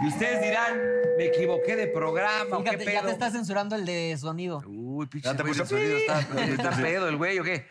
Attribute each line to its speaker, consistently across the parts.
Speaker 1: Y ustedes dirán, me equivoqué de programa, o
Speaker 2: Fíjate,
Speaker 1: qué
Speaker 2: ya
Speaker 1: pedo.
Speaker 2: te está censurando el de sonido.
Speaker 1: Uy, pinche
Speaker 3: Ya te
Speaker 1: güey,
Speaker 3: puso
Speaker 1: el sonido
Speaker 3: pi.
Speaker 1: está, está pedo el güey, ¿o qué?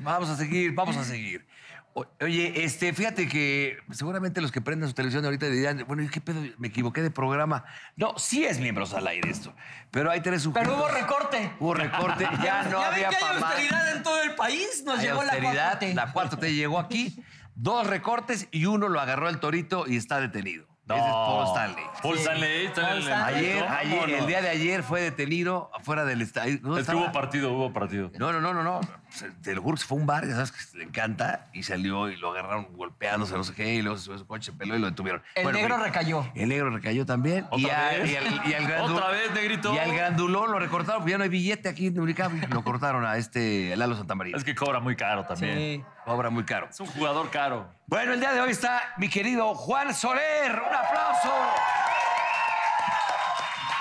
Speaker 1: Vamos a seguir, vamos a seguir. O- Oye, este, fíjate que seguramente los que prenden su televisión ahorita dirán, bueno, ¿y qué pedo? Me equivoqué de programa. No, sí es miembros al aire esto, pero hay tres sujetos.
Speaker 2: Pero hubo recorte.
Speaker 1: Hubo recorte, ya no
Speaker 2: ya
Speaker 1: había
Speaker 2: ven que hay
Speaker 1: pa' más.
Speaker 2: austeridad en todo el país. Nos
Speaker 1: Hay
Speaker 2: llegó
Speaker 1: austeridad,
Speaker 2: la 4T.
Speaker 1: la 4T llegó aquí, dos recortes y uno lo agarró el torito y está detenido.
Speaker 4: No.
Speaker 1: Ese es Paul Stanley.
Speaker 4: Oh. Paul
Speaker 2: Sí.
Speaker 4: Stanley, está en
Speaker 2: Paul
Speaker 4: el-
Speaker 2: Stanley.
Speaker 1: Ayer,
Speaker 4: ¿Cómo
Speaker 1: ayer,
Speaker 4: no?
Speaker 1: el día de ayer fue detenido afuera del estadio. ¿Dónde
Speaker 4: Es que
Speaker 1: estaba?
Speaker 4: hubo partido, hubo partido.
Speaker 1: No, no, no, no, no. Se- Te lo juro que se fue a un bar, ya sabes que le encanta, y salió y lo agarraron golpeándose, no sé qué, y luego se subió a su coche, peló y lo detuvieron.
Speaker 2: El negro recayó.
Speaker 1: El negro recayó también. y
Speaker 4: ¿Otra
Speaker 1: a-
Speaker 4: vez?
Speaker 1: y al- y al grandu-
Speaker 4: ¿Otra vez, negrito?
Speaker 1: Y al grandulón lo recortaron, porque ya no hay billete aquí en Unicab, y lo cortaron a este Lalo Santamaría.
Speaker 4: Es que cobra muy caro también.
Speaker 2: Sí.
Speaker 1: Obra muy caro.
Speaker 4: Es un jugador caro.
Speaker 1: Bueno, el día de hoy está mi querido Juan Soler. ¡Un aplauso!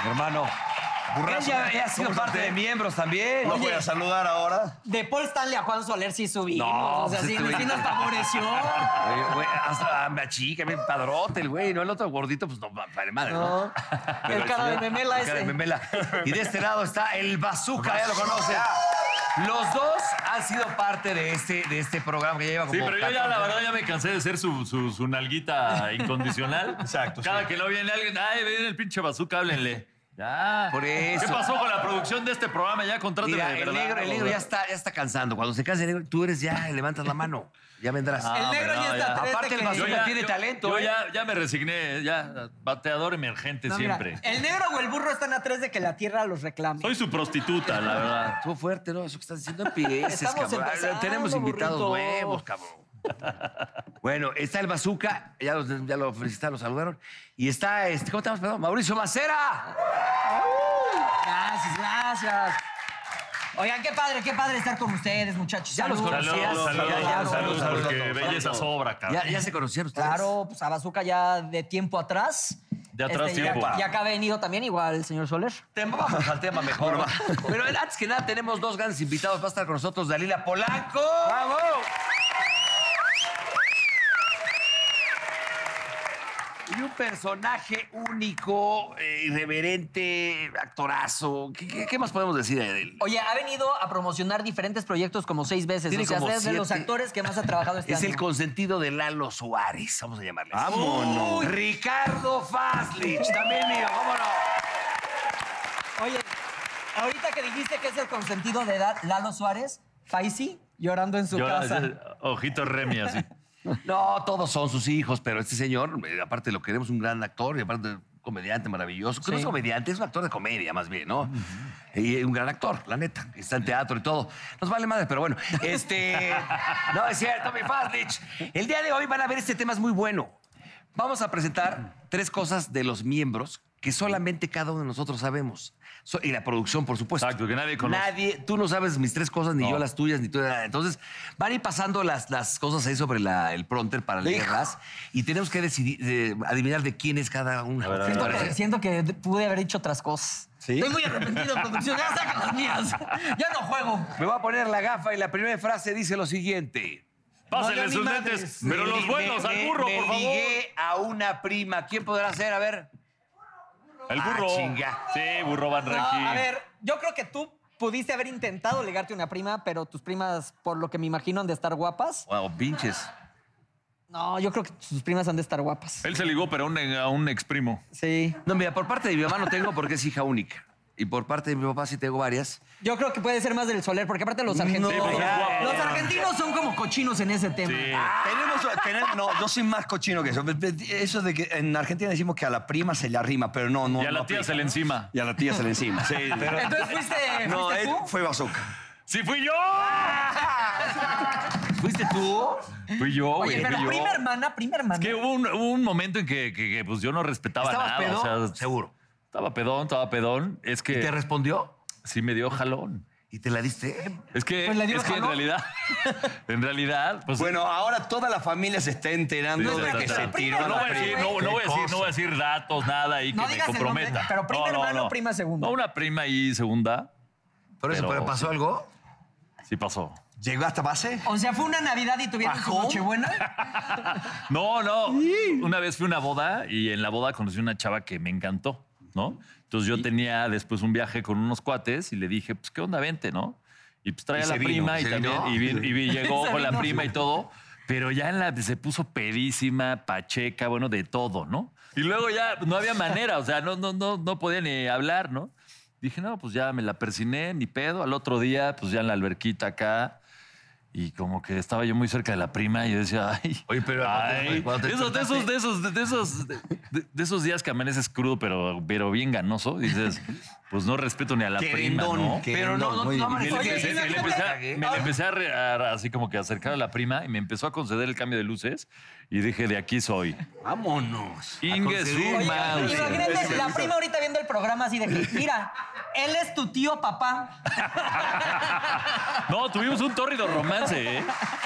Speaker 1: Mi hermano. Él
Speaker 3: Burrazo.
Speaker 1: ya, ya ha sido
Speaker 3: ¿Cómo
Speaker 1: parte
Speaker 3: estás,
Speaker 1: de
Speaker 3: eh?
Speaker 1: miembros también.
Speaker 3: ¿No voy a saludar ahora?
Speaker 2: De Paul Stanley a Juan Soler sí subimos.
Speaker 1: No,
Speaker 2: o sea,
Speaker 1: pues
Speaker 2: sí,
Speaker 1: este güey-
Speaker 2: sí nos favoreció.
Speaker 1: Oye, güey, hasta la chica, me padrote el güey, ¿no? El otro gordito, pues no, vale madre, ¿no?
Speaker 2: No. El cara de memela
Speaker 1: Cara de
Speaker 2: ese.
Speaker 1: memela. Y de este lado está el bazooka, ya lo conocen. Los dos han sido parte de este, de este programa que ya lleva como
Speaker 4: Sí, pero yo ya, la
Speaker 1: 14
Speaker 4: verdad, ya me cansé de ser su, su, su nalguita incondicional.
Speaker 3: Exacto,
Speaker 4: Cada
Speaker 3: sí.
Speaker 4: que no viene alguien, ay, viene el pinche bazooka, háblenle. Ya.
Speaker 1: Por eso.
Speaker 4: ¿Qué pasó con la producción de este programa? Ya contráteme
Speaker 1: Mira,
Speaker 4: de
Speaker 1: el
Speaker 4: verdad,
Speaker 1: negro, el negro ya está, ya está cansando. Cuando se canse el negro, tú eres ya, levantas la mano. Ya vendrás.
Speaker 4: Ah,
Speaker 2: el negro
Speaker 4: hombre,
Speaker 2: ya
Speaker 4: no,
Speaker 2: está
Speaker 4: ya.
Speaker 2: tres
Speaker 1: Aparte
Speaker 2: de
Speaker 1: el
Speaker 2: que-
Speaker 1: bazooka
Speaker 2: Yo ya-
Speaker 1: tiene talento,
Speaker 4: Yo
Speaker 1: ¿eh?
Speaker 4: ya, ya me resigné, ya, bateador emergente
Speaker 2: No, mira, eh,
Speaker 4: siempre.
Speaker 2: el negro o el burro están a tres de que la tierra los reclame.
Speaker 4: Soy su prostituta, la
Speaker 2: eh,
Speaker 4: verdad.
Speaker 1: ah, Estuvo fuerte, ¿no? Eso que estás diciendo empieces,
Speaker 2: Estamos
Speaker 1: cabrón. Ah,
Speaker 2: empezando,
Speaker 1: Tenemos invitados
Speaker 2: burrito.
Speaker 1: nuevos, cabrón. Bueno, está el Bazooka, ya, los- ya lo felicitaron, lo saludaron. Y está, este, ¿cómo estamos, perdón? Mauricio Macera.
Speaker 2: Gracias, gracias. Oigan, qué padre, qué padre estar con ustedes, muchachos.
Speaker 1: Ya los
Speaker 2: Saludos.
Speaker 1: conocí,
Speaker 4: Saludos,
Speaker 1: Gracias.
Speaker 4: saludos,
Speaker 2: Ya, ya,
Speaker 4: saludos,
Speaker 2: saludos,
Speaker 4: porque
Speaker 1: saludos.
Speaker 4: belleza sobra, cabrón.
Speaker 1: Ya, ya se conocieron ustedes.
Speaker 2: Claro, pues a Bazooka ya de tiempo atrás. Este,
Speaker 4: De atrás
Speaker 2: ya-
Speaker 4: tiempo.
Speaker 2: Ya, acá ha venido también igual el señor Soler.
Speaker 1: Te- Vamos al tema mejor. va. Pero antes que nada, tenemos dos grandes invitados. Va a estar con nosotros Dalila Polanco. ¡Vamos! Y un personaje único, eh, irreverente, actorazo. ¿Qué, qué- qué más podemos decir de él?
Speaker 2: Oye, ha venido a promocionar diferentes proyectos como seis veces.
Speaker 1: Tiene
Speaker 2: o sea,
Speaker 1: como
Speaker 2: es de los
Speaker 1: siete.
Speaker 2: actores que más ha trabajado este
Speaker 1: Es
Speaker 2: año.
Speaker 1: el consentido de Lalo Suárez, vamos a llamarle. así.
Speaker 3: Vámonos.
Speaker 1: Uy, Ricardo Faslich, también mío, vámonos.
Speaker 2: Oye, ahorita que dijiste que es el consentido de edad, Lalo Suárez, Faisy, llorando en su
Speaker 4: Yo-
Speaker 2: casa.
Speaker 4: Ojito Remy, así.
Speaker 1: No, todos son sus hijos, pero este señor, eh, aparte lo queremos un gran actor y aparte comediante maravilloso. Que No
Speaker 2: Sí.
Speaker 1: es comediante, es un actor de comedia más bien, ¿no? Y eh, un gran actor, la neta. Está en teatro y todo. Nos vale madre, pero bueno. Este, no es cierto, mi Fazlich. El día de hoy van a ver este tema es muy bueno. Vamos a presentar tres cosas de los miembros que solamente cada uno de nosotros sabemos. So- y la producción, por supuesto.
Speaker 4: Exacto, que nadie conoce.
Speaker 1: Nadie, tú no sabes mis tres cosas, ni
Speaker 4: No.
Speaker 1: yo las tuyas, ni tú nada. Entonces, van a ir pasando las, las cosas ahí sobre la- el pronter para leerlas y tenemos que decidir, eh, adivinar de quién es cada una.
Speaker 4: ver, a
Speaker 1: ¿Qué te
Speaker 2: Siento
Speaker 4: ver, a ver.
Speaker 2: que,
Speaker 1: parece?
Speaker 2: siento que pude haber hecho otras cosas.
Speaker 3: ¿Sí?
Speaker 2: Estoy muy arrepentido, producción. Ya saca las mías. Ya no juego.
Speaker 1: Me voy a poner la gafa y la primera frase dice lo siguiente.
Speaker 4: Pásenle
Speaker 2: No, yo
Speaker 4: sus
Speaker 2: ni
Speaker 4: lentes,
Speaker 2: madres.
Speaker 4: pero
Speaker 1: Me
Speaker 4: los
Speaker 1: li-
Speaker 4: buenos,
Speaker 1: me-
Speaker 4: al
Speaker 1: me-
Speaker 4: burro,
Speaker 1: me
Speaker 4: por favor.
Speaker 1: ligué a una prima. ¿Quién podrá ser? A ver.
Speaker 4: El
Speaker 1: Ah,
Speaker 4: burro.
Speaker 1: chinga.
Speaker 4: Sí, burro Van
Speaker 2: No,
Speaker 4: Ranking.
Speaker 2: a ver, yo creo que tú pudiste haber intentado ligarte una prima, pero tus primas, por lo que me imagino, han de estar guapas.
Speaker 1: Wow, pinches.
Speaker 2: No, yo creo que tus primas han de estar guapas.
Speaker 4: Él se ligó, pero a un, e, a un ex primo.
Speaker 2: Sí.
Speaker 1: No, mira, por parte de mi mamá no tengo porque es hija única. Y por parte de mi papá sí tengo varias.
Speaker 2: Yo creo que puede ser más del Soler, porque aparte los argentinos.
Speaker 4: Sí, porque es guapo.
Speaker 2: los argentinos son como cochinos en ese tema.
Speaker 4: Sí.
Speaker 3: Tenemos, tenemos- no, yo soy más cochino que eso. Eso de que en Argentina decimos que a la prima se le arrima, pero no, no.
Speaker 4: y a la
Speaker 3: no
Speaker 4: tía
Speaker 3: aplica.
Speaker 4: se le encima.
Speaker 3: Y a la tía se le encima. Sí, pero-
Speaker 2: Entonces fuiste.
Speaker 3: No,
Speaker 2: fuiste
Speaker 3: él
Speaker 2: tú?
Speaker 3: fue bazooka.
Speaker 4: ¡Sí, fui yo!
Speaker 2: Ah.
Speaker 1: ¿Fuiste tú?
Speaker 4: Fui yo,
Speaker 2: Oye,
Speaker 4: güey.
Speaker 2: pero
Speaker 4: Fui yo.
Speaker 2: prima hermana, prima hermana.
Speaker 4: Es que hubo un, hubo un momento en que, que- que, pues, yo no respetaba
Speaker 1: ¿Estabas
Speaker 4: nada.
Speaker 1: pedo?
Speaker 4: o sea,
Speaker 1: Seguro.
Speaker 4: Estaba pedón, estaba pedón. Es
Speaker 1: ¿Y te
Speaker 4: que
Speaker 1: respondió?
Speaker 4: sí me dio jalón.
Speaker 1: ¿Y te la diste?
Speaker 4: Es que,
Speaker 2: Pues le dio
Speaker 4: es que en
Speaker 2: jalón.
Speaker 4: realidad, en realidad, pues.
Speaker 3: Bueno, ahora toda la familia se está enterando
Speaker 4: Sí,
Speaker 3: de
Speaker 4: sí,
Speaker 3: que
Speaker 4: sí,
Speaker 3: se
Speaker 4: sí.
Speaker 3: tiró
Speaker 4: no,
Speaker 3: a
Speaker 4: no
Speaker 3: la
Speaker 4: voy a decir,
Speaker 3: prima.
Speaker 4: no, no voy a decir, no voy a decir datos, nada ahí
Speaker 2: No
Speaker 4: que me
Speaker 2: digas el nombre,
Speaker 4: comprometa.
Speaker 2: pero prima
Speaker 4: No, no,
Speaker 2: hermana o
Speaker 4: no.
Speaker 2: prima segunda.
Speaker 4: No, una prima y segunda.
Speaker 1: Por eso,
Speaker 4: Pero
Speaker 1: ¿pero pasó
Speaker 4: sí.
Speaker 1: algo?
Speaker 4: Sí pasó.
Speaker 3: ¿Llegó hasta base?
Speaker 2: O sea, fue una Navidad y tuvieron su
Speaker 3: ¿Bajó?
Speaker 2: Nochebuena.
Speaker 4: No, no. Una vez fui a una boda y en la boda conocí una chava que me encantó, ¿no? Entonces yo tenía después un viaje con unos cuates y le dije, pues, ¿qué onda? Vente, ¿no? Y pues trae
Speaker 3: Y
Speaker 4: a
Speaker 3: se
Speaker 4: la
Speaker 3: vino,
Speaker 4: prima y
Speaker 3: se vino.
Speaker 4: también, y, vi- y vi- llegó
Speaker 2: Se
Speaker 4: con la
Speaker 2: vino.
Speaker 4: prima y todo, pero ya en la, se puso pedísima, pacheca, bueno, de todo, ¿no? Y luego ya no había manera, o sea, no, no, no, no podía ni hablar, ¿no? Dije, no, pues ya me la persiné, ni pedo. Al otro día, pues ya en la alberquita acá, y como que estaba yo muy cerca de la prima y yo decía, ay.
Speaker 1: Oye, pero
Speaker 4: ay,
Speaker 1: cuando te
Speaker 4: esos, de esos, de esos, de esos, de, de esos días que amaneces crudo, pero, pero bien ganoso, dices, pues no respeto ni a la
Speaker 3: Querendón,
Speaker 4: prima, ¿no?
Speaker 3: querendón,
Speaker 1: Pero no, no,
Speaker 3: muy
Speaker 1: no
Speaker 3: bien.
Speaker 1: amaneciste.
Speaker 4: Me le
Speaker 2: Oye, y
Speaker 4: empecé, me le
Speaker 2: no te
Speaker 4: empecé a-
Speaker 3: ¿eh?
Speaker 1: cagué.
Speaker 4: me le empecé a, re- a- así como que acercar a la prima y me empezó a conceder el cambio de luces y dije, de aquí soy.
Speaker 3: Vámonos. A
Speaker 4: Ingue su
Speaker 3: conseguir.
Speaker 2: Oye,
Speaker 4: madre.
Speaker 2: imagínate, la prima ahorita viendo el programa así de que, mira, él es tu tío papá.
Speaker 4: No, tuvimos un tórrido romance, ¿eh?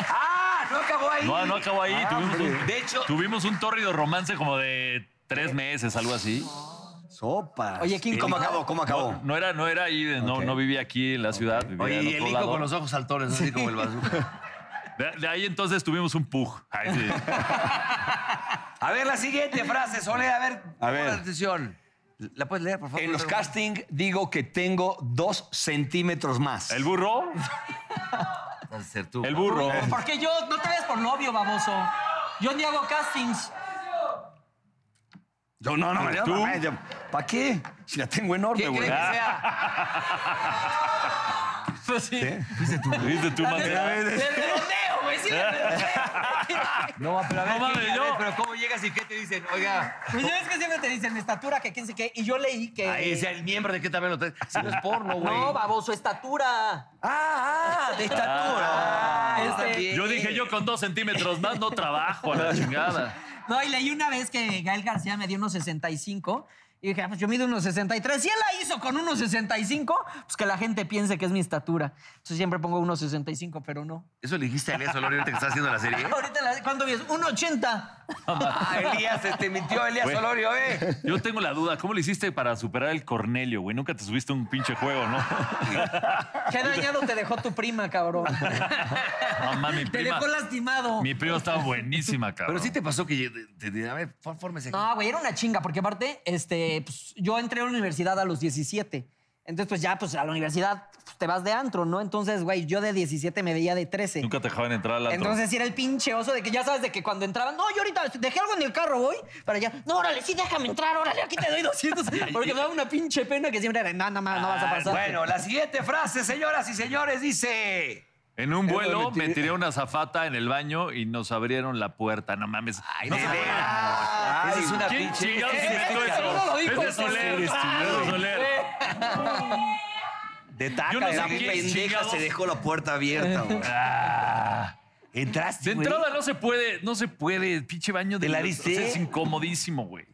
Speaker 1: Ah, no acabó ahí.
Speaker 4: No, no acabó ahí.
Speaker 1: Ah,
Speaker 4: tuvimos, un,
Speaker 1: De hecho-
Speaker 4: tuvimos un tórrido romance como de tres meses, algo así.
Speaker 3: Sopas.
Speaker 2: Oye, ¿quién-
Speaker 3: ¿Y ¿Cómo acabó? ¿Cómo acabó?
Speaker 4: No era, no era ahí, no,
Speaker 3: Ok.
Speaker 4: no vivía aquí en la ciudad. vivía
Speaker 1: Oye,
Speaker 4: en
Speaker 1: y
Speaker 4: otro
Speaker 1: el hijo
Speaker 4: lado.
Speaker 1: con los ojos saltones, así como el bazooka.
Speaker 4: de, de ahí entonces tuvimos un pug. Ay, sí.
Speaker 1: A ver, la siguiente frase, Sole, a ver,
Speaker 3: A ver.
Speaker 1: pon atención. ¿La puedes leer, por favor?
Speaker 3: En los castings digo que tengo dos centímetros más.
Speaker 4: El burro,
Speaker 1: Vas a ser tú.
Speaker 4: el burro.
Speaker 2: Porque yo, no te ves por novio, baboso. Yo ni hago castings.
Speaker 3: Yo no, no, me
Speaker 4: ¿Tú?
Speaker 3: ¿Para qué? Si la tengo enorme,
Speaker 1: ¿Quién cree
Speaker 3: güey. Ah.
Speaker 1: que sea?
Speaker 2: Pues sí.
Speaker 4: Dice tú,
Speaker 2: La de-
Speaker 4: Manuel.
Speaker 2: del redondeo, güey, sí, del redondeo.
Speaker 1: No, pero a ver,
Speaker 4: No mames,
Speaker 1: ¿quién- a
Speaker 4: yo-
Speaker 1: ver, pero ¿cómo llegas y qué te dicen? Oiga,
Speaker 2: Pues ya ves que siempre te dicen mi estatura, que quién sé qué. Y yo leí que.
Speaker 1: ahí sea el miembro de qué también lo traes. Si Eh, no es porno, güey.
Speaker 2: No, baboso, estatura.
Speaker 1: Ah, ah, de estatura.
Speaker 2: Ah,
Speaker 1: Ah,
Speaker 2: este-
Speaker 1: también.
Speaker 4: Yo dije, yo con dos centímetros más no trabajo a la chingada.
Speaker 2: No, y leí una vez que Gael García me dio unos 65. Y dije, ah, pues yo mido unos 63. Si él la hizo con unos 65, pues que la gente piense que es mi estatura. Entonces siempre pongo unos 65, pero no.
Speaker 1: ¿Eso le dijiste a Elías Olor ahorita que está haciendo la serie?
Speaker 2: Ahorita, la- ¿cuánto mides? 1,80.
Speaker 1: Ah, Elías, te mintió Elías
Speaker 4: Güey.
Speaker 1: Solorio, ¿eh?
Speaker 4: Yo tengo la duda, ¿cómo le hiciste para superar el Cornelio, güey? Nunca te subiste a un pinche juego, ¿no?
Speaker 2: Qué dañado te dejó tu prima, cabrón.
Speaker 4: Mamá, mi
Speaker 2: Te
Speaker 4: prima.
Speaker 2: dejó lastimado.
Speaker 4: Mi prima estaba buenísima, cabrón.
Speaker 1: Pero sí te pasó que... te- te- a ver, fór- fórmese aquí.
Speaker 2: No, güey, era una chinga, porque aparte, este, pues, yo entré a la universidad a los 17. Entonces, pues ya, pues a la universidad pues, te vas de antro, ¿no? Entonces, güey, yo de 17 me veía de 13.
Speaker 4: Nunca te dejaban entrar al antro.
Speaker 2: Entonces sí era el pinche oso de que ya sabes de que cuando entraban, no, yo ahorita dejé algo en el carro, voy para allá. No, órale, sí, déjame entrar, órale, aquí te doy 200. Porque me daba una pinche pena que siempre era, no, no, más, no vas a pasar.
Speaker 1: Bueno, la siguiente frase, señoras y señores, dice...
Speaker 4: En un vuelo
Speaker 3: me tiré-
Speaker 4: me tiré una zafata en el baño y no se abrieron la puerta. No mames.
Speaker 1: Ay,
Speaker 4: No
Speaker 1: de
Speaker 4: se
Speaker 1: veras.
Speaker 4: abrieron.
Speaker 1: Esa es una
Speaker 4: ¿Quién
Speaker 1: pinche...
Speaker 4: chingados
Speaker 1: esa es
Speaker 4: inventó
Speaker 1: una-
Speaker 2: no lo
Speaker 4: eso?
Speaker 2: dijo,
Speaker 4: Es de
Speaker 2: ese
Speaker 4: Soler.
Speaker 2: eres tú,
Speaker 4: Es de Soler.
Speaker 3: De taca,
Speaker 4: Yo no sé
Speaker 3: la
Speaker 4: quién
Speaker 3: pendeja
Speaker 4: chingados-
Speaker 3: se dejó la puerta abierta, güey. Ah,
Speaker 1: Entraste,
Speaker 4: De
Speaker 1: güey.
Speaker 4: entrada no se puede, no se puede. El pinche baño de
Speaker 1: ¿Te la
Speaker 4: los-
Speaker 1: diste?
Speaker 4: o sea, Es incomodísimo, güey.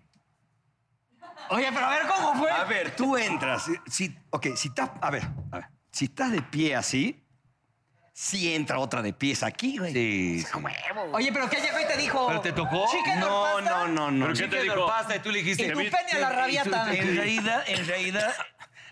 Speaker 2: Oye, pero a ver cómo fue.
Speaker 3: A ver, tú entras. Si- Si, ok, si estás. A ver, a ver. Si estás de pie así, sí entra otra de pies aquí, güey.
Speaker 1: Sí.
Speaker 2: Oye, pero ¿qué llegó y te dijo?
Speaker 1: ¿Pero te tocó?
Speaker 2: Chicken
Speaker 3: No,
Speaker 2: or pasta?
Speaker 3: no, no, no.
Speaker 4: ¿Pero qué te dijo?
Speaker 1: pasta y tú le dijiste...
Speaker 2: Y tu
Speaker 4: vi-
Speaker 2: pene a la rabiata.
Speaker 3: En realidad, en realidad,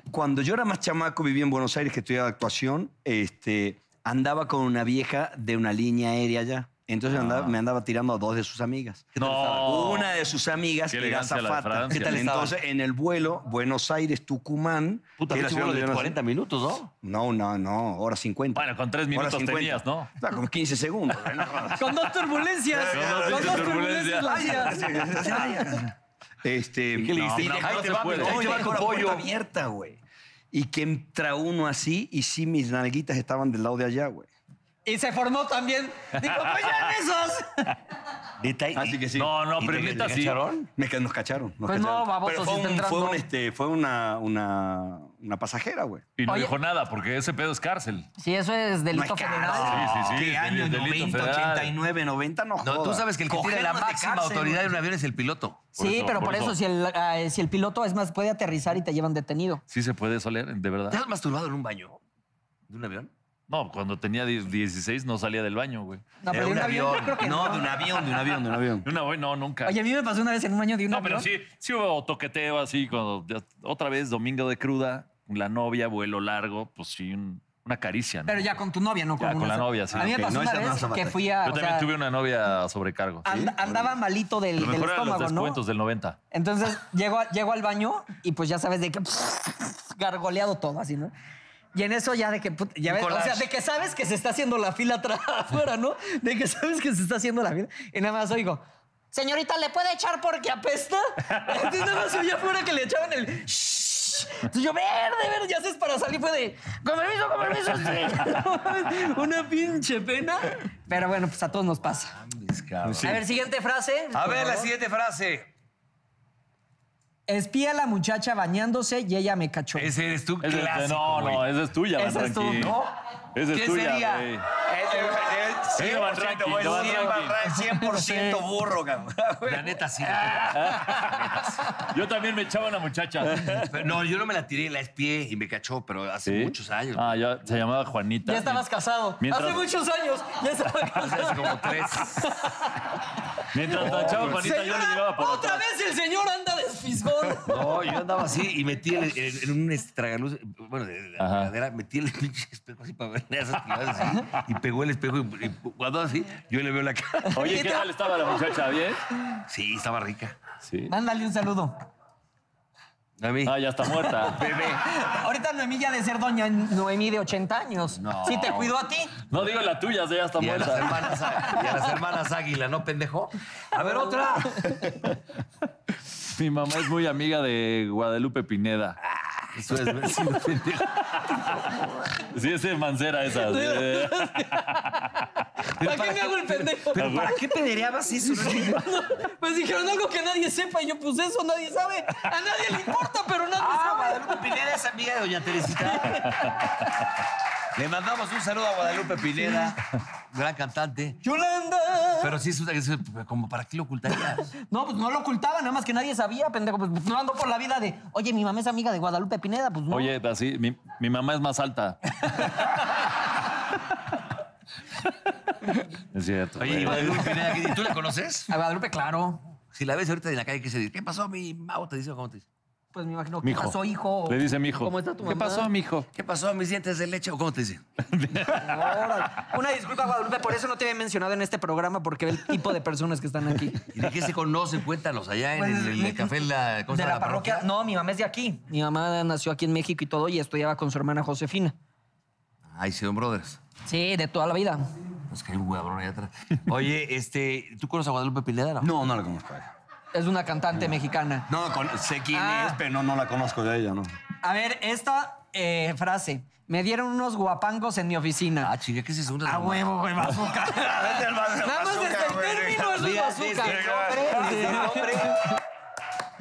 Speaker 3: cuando yo era más chamaco, vivía en Buenos Aires, que estudiaba actuación, este, andaba con una vieja de una línea aérea allá. Entonces andaba- me andaba tirando a dos de sus amigas.
Speaker 4: Ah. tal estaba?
Speaker 3: Una de sus amigas
Speaker 4: Qué
Speaker 3: era
Speaker 4: elegancia la de
Speaker 3: zafata.
Speaker 4: Francia. ¿Qué tal
Speaker 1: estaba?
Speaker 3: Entonces, en el vuelo, Buenos Aires, Tucumán.
Speaker 1: Puta,
Speaker 3: que era
Speaker 1: pinche vuelo
Speaker 3: ciudad donde
Speaker 1: de
Speaker 3: yo nací.
Speaker 1: 40 minutos, ¿no?
Speaker 3: No, no, no, hora 50.
Speaker 4: Bueno, con tres minutos
Speaker 3: Hora 50.
Speaker 4: tenías, ¿no?
Speaker 3: Claro, con 15 segundos. güey, no jodas.
Speaker 2: Con dos turbulencias.
Speaker 4: Con dos pinches turbulencias.
Speaker 2: la hacías.
Speaker 3: este,
Speaker 4: qué le hiciste?
Speaker 3: no,
Speaker 4: Ahí
Speaker 3: no
Speaker 4: te
Speaker 3: se
Speaker 4: va,
Speaker 3: puede.
Speaker 4: ahí
Speaker 3: No,
Speaker 4: te va
Speaker 3: yo
Speaker 4: tu
Speaker 3: con la puerta
Speaker 4: pollo.
Speaker 3: abierta, güey. Y que entra uno así y sí mis nalguitas estaban del lado de allá, güey.
Speaker 2: Y se formó también. Dijo, pues ya en esos.
Speaker 3: Detalle. Así que sí.
Speaker 4: No, no, pero neta sí.
Speaker 3: Me ca- nos cacharon. nos
Speaker 2: Pues no,
Speaker 3: cacharon.
Speaker 2: baboso,
Speaker 3: Pero fue,
Speaker 2: si
Speaker 3: un-
Speaker 2: está entrando.
Speaker 3: fue un, este, fue una, una, una pasajera, güey.
Speaker 4: Y no
Speaker 2: Oye.
Speaker 4: dijo nada, porque ese pedo es cárcel.
Speaker 2: Sí, eso es delito
Speaker 3: No es caro.
Speaker 2: federal.
Speaker 4: Sí, sí, sí,
Speaker 3: ¿Qué
Speaker 4: es
Speaker 3: año?
Speaker 4: delito
Speaker 3: 90,
Speaker 4: federal.
Speaker 3: 89, 90, no
Speaker 1: No, tú
Speaker 3: jodas.
Speaker 1: sabes que el que tiene la
Speaker 3: Cogieron de
Speaker 1: máxima
Speaker 3: cárcel,
Speaker 1: autoridad
Speaker 3: güey.
Speaker 1: de un avión es el piloto.
Speaker 4: Por
Speaker 2: sí,
Speaker 4: eso,
Speaker 2: pero
Speaker 4: por
Speaker 2: por eso,
Speaker 4: eso.
Speaker 2: si, el, ah, si el piloto, es más, puede aterrizar y te llevan detenido.
Speaker 4: Sí se puede soler, de
Speaker 1: ¿Te
Speaker 4: verdad.
Speaker 1: has masturbado en un baño? ¿De un avión?
Speaker 4: No, cuando tenía 10, 16 no salía del baño, güey.
Speaker 2: No, pero
Speaker 1: de
Speaker 2: en un avión, yo creo que no.
Speaker 1: No, de un avión, de un avión, de un
Speaker 3: Un
Speaker 1: avión.
Speaker 3: avión.
Speaker 4: Una güey, no, nunca.
Speaker 2: Oye, a mí me pasó una vez en un año de un
Speaker 4: no,
Speaker 2: avión.
Speaker 4: pero sí, sí hubo toqueteo así, cuando ya- otra vez domingo de cruda, la novia, vuelo largo, pues sí, un- una Una caricia, ¿no?
Speaker 2: Pero ya con tu novia, no
Speaker 4: Ya,
Speaker 2: con
Speaker 4: con
Speaker 2: una
Speaker 4: la
Speaker 2: so-
Speaker 4: novia, sí,
Speaker 2: A mí me
Speaker 3: ok,
Speaker 2: pasó
Speaker 3: no,
Speaker 2: una
Speaker 3: esa no
Speaker 2: vez
Speaker 3: vas a
Speaker 2: que
Speaker 3: matar.
Speaker 2: fui a.
Speaker 4: Yo
Speaker 2: o
Speaker 4: también
Speaker 2: sea,
Speaker 4: tuve una novia a sobrecargo.
Speaker 2: and- andaba malito del,
Speaker 4: Lo
Speaker 2: del
Speaker 4: mejor eran los
Speaker 2: estómago, ¿no?
Speaker 4: descuentos del 90.
Speaker 2: Entonces llego, a- llego al baño y pues ya sabes de que gargoleado todo así, ¿no? Y en eso ya de que put- ya ves, o sea,
Speaker 1: collage.
Speaker 2: de que sabes que se está haciendo la fila atrás afuera, ¿no? De que sabes que se está haciendo la fila y nada más oigo Señorita, ¿le puede echar porque apesta? Entonces nada más oía afuera que le echaban el... shhh. Entonces yo, verde, verde, ya sabes, para salir fue de... Con permiso, con permiso, sí". Una pinche pena. Pero bueno, pues a todos nos pasa. A ver, siguiente frase.
Speaker 1: A
Speaker 2: por
Speaker 1: ver, la
Speaker 2: favor.
Speaker 1: siguiente frase.
Speaker 2: Espí a la muchacha bañándose y ella me cachó.
Speaker 1: Ese eres tú,
Speaker 4: Ese es-
Speaker 1: clásico.
Speaker 4: no, no, esa es tuya, Van
Speaker 2: Esa es tu-
Speaker 4: Ranking.
Speaker 1: ¿No?
Speaker 4: Esa es
Speaker 1: ¿Qué
Speaker 4: tuya,
Speaker 1: sería?
Speaker 4: güey.
Speaker 1: Es- es-
Speaker 4: Ese Van
Speaker 1: 100%
Speaker 4: Ranking,
Speaker 1: güey,
Speaker 4: Van
Speaker 1: 100%
Speaker 4: Ranking.
Speaker 1: Van Ranking, 100% burro, cabrón. La neta sí.
Speaker 4: Yo también me echaba una muchacha.
Speaker 1: Pero No, yo no me la tiré, la espié y me cachó, pero hace
Speaker 4: ¿Sí?
Speaker 1: muchos años.
Speaker 4: Ah, ya se llamaba Juanita.
Speaker 2: Ya estabas casado.
Speaker 4: Mientras-
Speaker 2: Hace muchos años. Ya estaba
Speaker 1: O sea, hace
Speaker 2: casado.
Speaker 1: como tres.
Speaker 4: Mientras la echaba Juanita, yo le llegaba por
Speaker 2: otra
Speaker 4: atrás.
Speaker 2: vez el señor anda desfisgón.
Speaker 1: No, yo andaba así y metí en, en- en un estragaluz, bueno, de la
Speaker 4: Ajá.
Speaker 1: regadera, metí el pinche espejo así para ver esas tiradas así, y pegó el espejo y, y cuando así, yo le veo la cara.
Speaker 4: Oye, ¿qué tal estaba la muchacha? ¿Bien?
Speaker 1: Sí, estaba rica.
Speaker 4: Sí.
Speaker 2: Mándale un saludo.
Speaker 1: A mí.
Speaker 4: Ah, ya está muerta.
Speaker 1: Bebé.
Speaker 2: Ahorita Noemí ya de ser doña Noemí de 80 años.
Speaker 1: No.
Speaker 2: Sí te cuidó a ti.
Speaker 4: No digo la tuya, ya está
Speaker 1: Y a, las
Speaker 4: muerta.
Speaker 1: hermanas, Á- y a las hermanas Águila, ¿no, pendejo? A ver, otra.
Speaker 4: Mi mamá es muy amiga de Guadalupe Pineda.
Speaker 1: Eso es, sí, no, pendejo.
Speaker 4: Sí, es de Mancera esa. sí.
Speaker 2: ¿Para qué me hago el pendejo?
Speaker 1: Pero ¿para qué pedereabas eso?
Speaker 2: Pues dijeron algo que nadie sepa y yo, pues eso nadie sabe. A nadie le importa, pero nadie
Speaker 1: Ah,
Speaker 2: sabe.
Speaker 1: Guadalupe Pineda es amiga de doña Teresita. Le mandamos un saludo a Guadalupe Pineda, gran cantante.
Speaker 2: Yolanda.
Speaker 1: Pero sí, es una- es como para qué lo ocultarías.
Speaker 2: No, pues no lo ocultaba, nada más que nadie sabía, pendejo. Pues no ando por la vida de, oye, mi mamá es amiga de Guadalupe Pineda, pues no.
Speaker 4: Oye, así, mi, mi mamá es más alta. es cierto.
Speaker 1: Oye, y
Speaker 4: güey.
Speaker 1: Guadalupe Pineda, ¿y tú la conoces?
Speaker 2: A Guadalupe, claro.
Speaker 1: Si la ves ahorita en la calle, ¿qué se dice? ¿Qué pasó, mi Mau? ¿Te dice o cómo te dice?
Speaker 2: Pues me imagino, ¿qué
Speaker 4: Mijo.
Speaker 2: pasó, hijo?
Speaker 4: Le dice mi hijo.
Speaker 2: ¿Cómo está tu mamá?
Speaker 4: ¿Qué pasó, mijo?
Speaker 1: ¿Qué pasó, mis dientes de leche? ¿O cómo te dice?
Speaker 2: Órale. Una disculpa, Guadalupe, por eso no te había mencionado en este programa, porque ve el tipo de personas que están aquí.
Speaker 1: ¿Y de qué se conocen? Cuéntanos, allá en
Speaker 2: Pues,
Speaker 1: el, el café, en la, ¿cómo se
Speaker 2: de
Speaker 1: llama?
Speaker 2: la parroquia. No, mi mamá es de aquí. Mi mamá nació aquí en México y todo, y estudiaba con su hermana Josefina.
Speaker 1: Ay, sí, don brothers.
Speaker 2: Sí, de toda la vida.
Speaker 1: Nos cae un huevabrón allá atrás. Oye, este, ¿tú conoces a Guadalupe Pineda? No?
Speaker 3: No, no la conozco a ella.
Speaker 2: Es una cantante mexicana.
Speaker 3: No, con- sé quién
Speaker 2: Ah.
Speaker 3: es, pero no, no la conozco de ella, ¿no?
Speaker 2: A ver, esta eh, frase. Me dieron unos guapangos en mi oficina.
Speaker 1: Ah, chinga, ¿qué es eso? Una-
Speaker 2: A huevo, güey, bazooka. Nada más desde el término es un
Speaker 1: Mira,
Speaker 2: bazooka.
Speaker 1: desde el nombre, desde el nombre.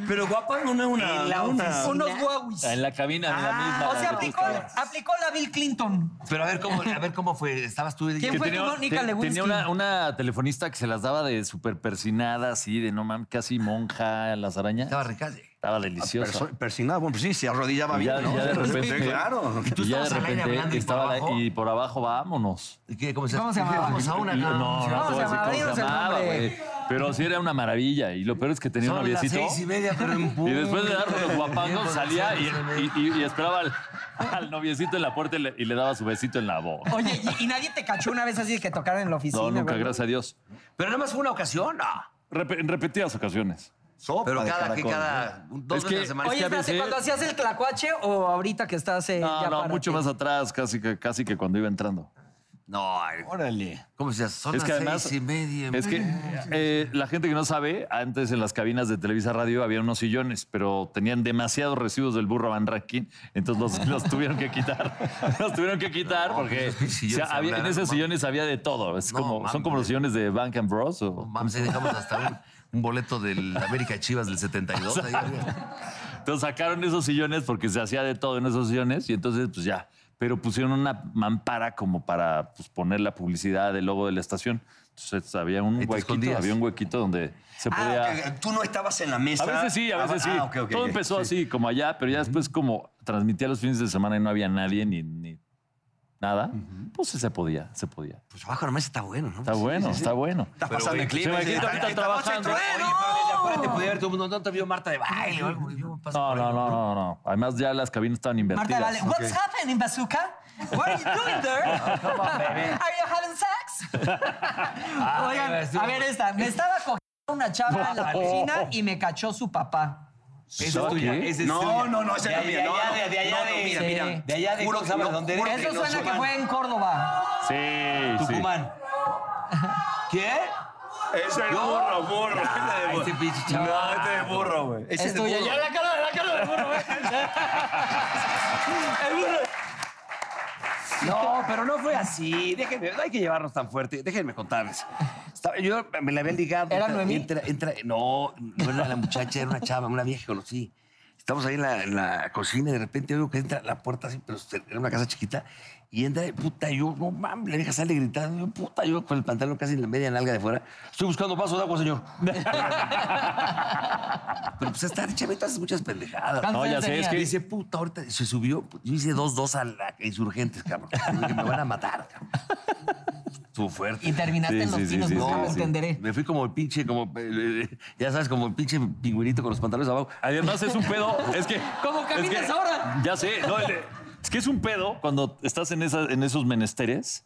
Speaker 3: Pero guapa no es una.
Speaker 1: En la
Speaker 3: no una-
Speaker 2: Unos guauis.
Speaker 4: En la cabina de la misma.
Speaker 2: Ah, O sea,
Speaker 4: la que tú
Speaker 2: aplicó,
Speaker 4: estabas.
Speaker 2: aplicó la Bill Clinton.
Speaker 1: Pero a ver, ¿cómo, a ver cómo fue? ¿Estabas tú?
Speaker 2: ¿Quién
Speaker 4: Que
Speaker 2: fue tu
Speaker 4: tenía,
Speaker 2: Mónica
Speaker 4: te-
Speaker 2: Lewinsky?
Speaker 4: tenía una, una telefonista que se las daba de súper persinada, así, de no mames, casi monja, las arañas.
Speaker 1: Estaba rica.
Speaker 4: Estaba deliciosa.
Speaker 3: Perso- Persignada, bueno, pues sí, se arrodillaba
Speaker 4: Y ya-
Speaker 3: bien, ¿no?
Speaker 4: ya de repente-
Speaker 3: Sí, claro.
Speaker 1: tú
Speaker 4: Y ya de
Speaker 1: estabas al aire hablando
Speaker 4: repente
Speaker 1: y por
Speaker 4: estaba la-
Speaker 1: abajo.
Speaker 4: y por abajo vámonos.
Speaker 1: ¿Y qué? ¿Cómo se,
Speaker 2: ¿Cómo se llamaba?
Speaker 1: Vamos a una,
Speaker 4: no,
Speaker 1: cabrón.
Speaker 4: no,
Speaker 2: ¿Cómo
Speaker 4: te voy
Speaker 2: se
Speaker 4: a decir
Speaker 2: llamaba?
Speaker 4: cómo
Speaker 2: Dinos
Speaker 4: se
Speaker 2: el
Speaker 4: llamaba,
Speaker 2: nombre.
Speaker 4: güey. Pero sí era una maravilla. Y lo peor es que tenía un
Speaker 1: Son las
Speaker 4: noviecito.
Speaker 1: seis y media, pero en
Speaker 4: Y
Speaker 1: punto.
Speaker 4: después de dar los guapangos salía y, y- y- y esperaba al, al noviecito en la puerta y le, y le daba su besito en la boca.
Speaker 2: Oye, ¿y, y nadie te cachó una vez así de que tocaron en la oficina?
Speaker 4: No, nunca,
Speaker 2: güey?
Speaker 4: gracias a Dios.
Speaker 1: Pero nada más fue una ocasión, no.
Speaker 4: Rep- en repetidas ocasiones.
Speaker 3: Sopa
Speaker 1: Pero
Speaker 3: de
Speaker 1: cada, que
Speaker 3: caracol.
Speaker 1: cada, dos veces
Speaker 4: Es
Speaker 1: a
Speaker 4: que-
Speaker 1: la semana.
Speaker 4: Oye,
Speaker 2: Oye,
Speaker 4: a
Speaker 2: espérate,
Speaker 4: veces-
Speaker 2: ¿cuando hacías el tlacuache o ahorita que estás eh,
Speaker 4: No,
Speaker 2: ya
Speaker 4: no,
Speaker 2: para
Speaker 4: mucho
Speaker 2: ti?
Speaker 4: más atrás, casi que, casi que cuando iba entrando.
Speaker 1: No,
Speaker 3: Órale.
Speaker 1: ¿cómo se llama? Son
Speaker 4: Es que
Speaker 1: las
Speaker 4: además-
Speaker 1: seis y media.
Speaker 4: Es que eh, la gente que no sabe, antes en las cabinas de Televisa Radio había unos sillones, pero tenían demasiados residuos del burro Van Rankin, entonces los, los tuvieron que quitar. Los tuvieron que quitar
Speaker 1: No, pues
Speaker 4: porque
Speaker 1: esos sillones
Speaker 4: o sea, había- en
Speaker 1: hablaran,
Speaker 4: esos
Speaker 1: no
Speaker 4: sillones había de todo. Es
Speaker 1: No,
Speaker 4: como, son
Speaker 1: mames.
Speaker 4: como los sillones de Bank and Bros. o-
Speaker 1: No Mames, ahí dejamos hasta un, un boleto del América Chivas del 72. ahí, oiga.
Speaker 4: Entonces sacaron esos sillones porque se hacía de todo en esos sillones y entonces pues ya. Pero pusieron una mampara como para pues, poner la publicidad del logo de la estación. Entonces había un
Speaker 1: Y te
Speaker 4: huequito,
Speaker 1: escondías.
Speaker 4: había un huequito donde se podía...
Speaker 3: Ah, ok, tú no estabas en la mesa.
Speaker 4: A veces sí, a veces sí.
Speaker 3: Ah, ok, ok,
Speaker 4: Todo
Speaker 3: ok.
Speaker 4: empezó
Speaker 3: Sí.
Speaker 4: así, como allá, pero ya después como transmitía los fines de semana y no había nadie ni, ni nada, pues sí se podía, se podía.
Speaker 1: Pues abajo nomás está bueno, ¿no?
Speaker 4: Está bueno, está bueno.
Speaker 3: Estás pasando el clima.
Speaker 4: se imagina que están trabajando.
Speaker 1: Te pude ver todo el mundo. ¿Dónde te vio Marta de baile o algo? Yo paso
Speaker 4: No,
Speaker 1: por ahí,
Speaker 4: no, no, no, no. Además ya las cabinas estaban
Speaker 2: Marta,
Speaker 4: invertidas.
Speaker 2: vale. What's happening, bazooka? What are you doing there? Are you having sex? Oigan, a ver esta. Me estaba cogiendo una chava en la piscina y me cachó su papá.
Speaker 1: Esa es tuya. esa es
Speaker 3: No,
Speaker 1: tuya.
Speaker 3: no, no, esa
Speaker 1: de,
Speaker 3: no es mía,
Speaker 1: de
Speaker 3: no,
Speaker 1: allá,
Speaker 3: no,
Speaker 1: de, de allá,
Speaker 3: no, no,
Speaker 1: de,
Speaker 3: mira,
Speaker 2: mira,
Speaker 1: de allá de
Speaker 3: juro
Speaker 1: ¿cómo
Speaker 3: que
Speaker 1: se llama?
Speaker 3: no,
Speaker 1: ¿Dónde
Speaker 3: juro
Speaker 1: eres?
Speaker 2: Eso
Speaker 3: no
Speaker 2: suena que
Speaker 3: soy-
Speaker 2: fue en Córdoba.
Speaker 5: Sí, sí.
Speaker 1: Tucumán. ¿Qué?
Speaker 5: Ese es burro, burro. Ese de burro.
Speaker 1: Ese pinche chaval.
Speaker 5: No, este es burro, güey.
Speaker 3: Ese
Speaker 2: Es
Speaker 3: es de
Speaker 2: tuya.
Speaker 3: burro.
Speaker 2: Ya la cara, la cara del burro, güey. El burro.
Speaker 1: No, pero no fue así. Déjenme, no hay que llevarnos tan fuerte. Déjenme contarles. Estaba- yo me la había ligado.
Speaker 2: ¿Era
Speaker 1: Entra-
Speaker 2: Noemí?
Speaker 1: entra- entra- no, no era la muchacha, era una chava, una vieja que conocí. Estamos ahí en la, en la cocina y de repente veo que entra a la puerta así, pero era una casa chiquita. Y entra, y puta, yo, no mames, la vieja sale gritando. Yo, puta, yo con el pantalón casi en la media nalga de fuera. Estoy buscando vaso de agua, señor. pero pues esta chavita hace muchas pendejadas.
Speaker 2: ¿Cuántos
Speaker 4: No, ya
Speaker 2: años
Speaker 4: sé,
Speaker 2: tenías?
Speaker 4: es que-
Speaker 1: Y dice, puta, ahorita se subió. Yo hice dos, dos a la a insurgentes, cabrón. Que me van a matar, cabrón. Estuvo fuerte.
Speaker 2: Y terminaste
Speaker 5: Sí,
Speaker 2: en los
Speaker 5: sí, sí,
Speaker 2: pinos,
Speaker 5: sí,
Speaker 2: nunca
Speaker 5: sí,
Speaker 2: me
Speaker 5: sí.
Speaker 2: entenderé.
Speaker 1: Me fui como el pinche, como, eh, eh, ya sabes, como el pinche pingüinito con los pantalones abajo.
Speaker 4: Además es un pedo, es que...
Speaker 2: ¿Cómo caminas
Speaker 4: es que-
Speaker 2: ahora?
Speaker 4: Ya sé, no, el- es que es un pedo cuando estás en, esas- en esos menesteres,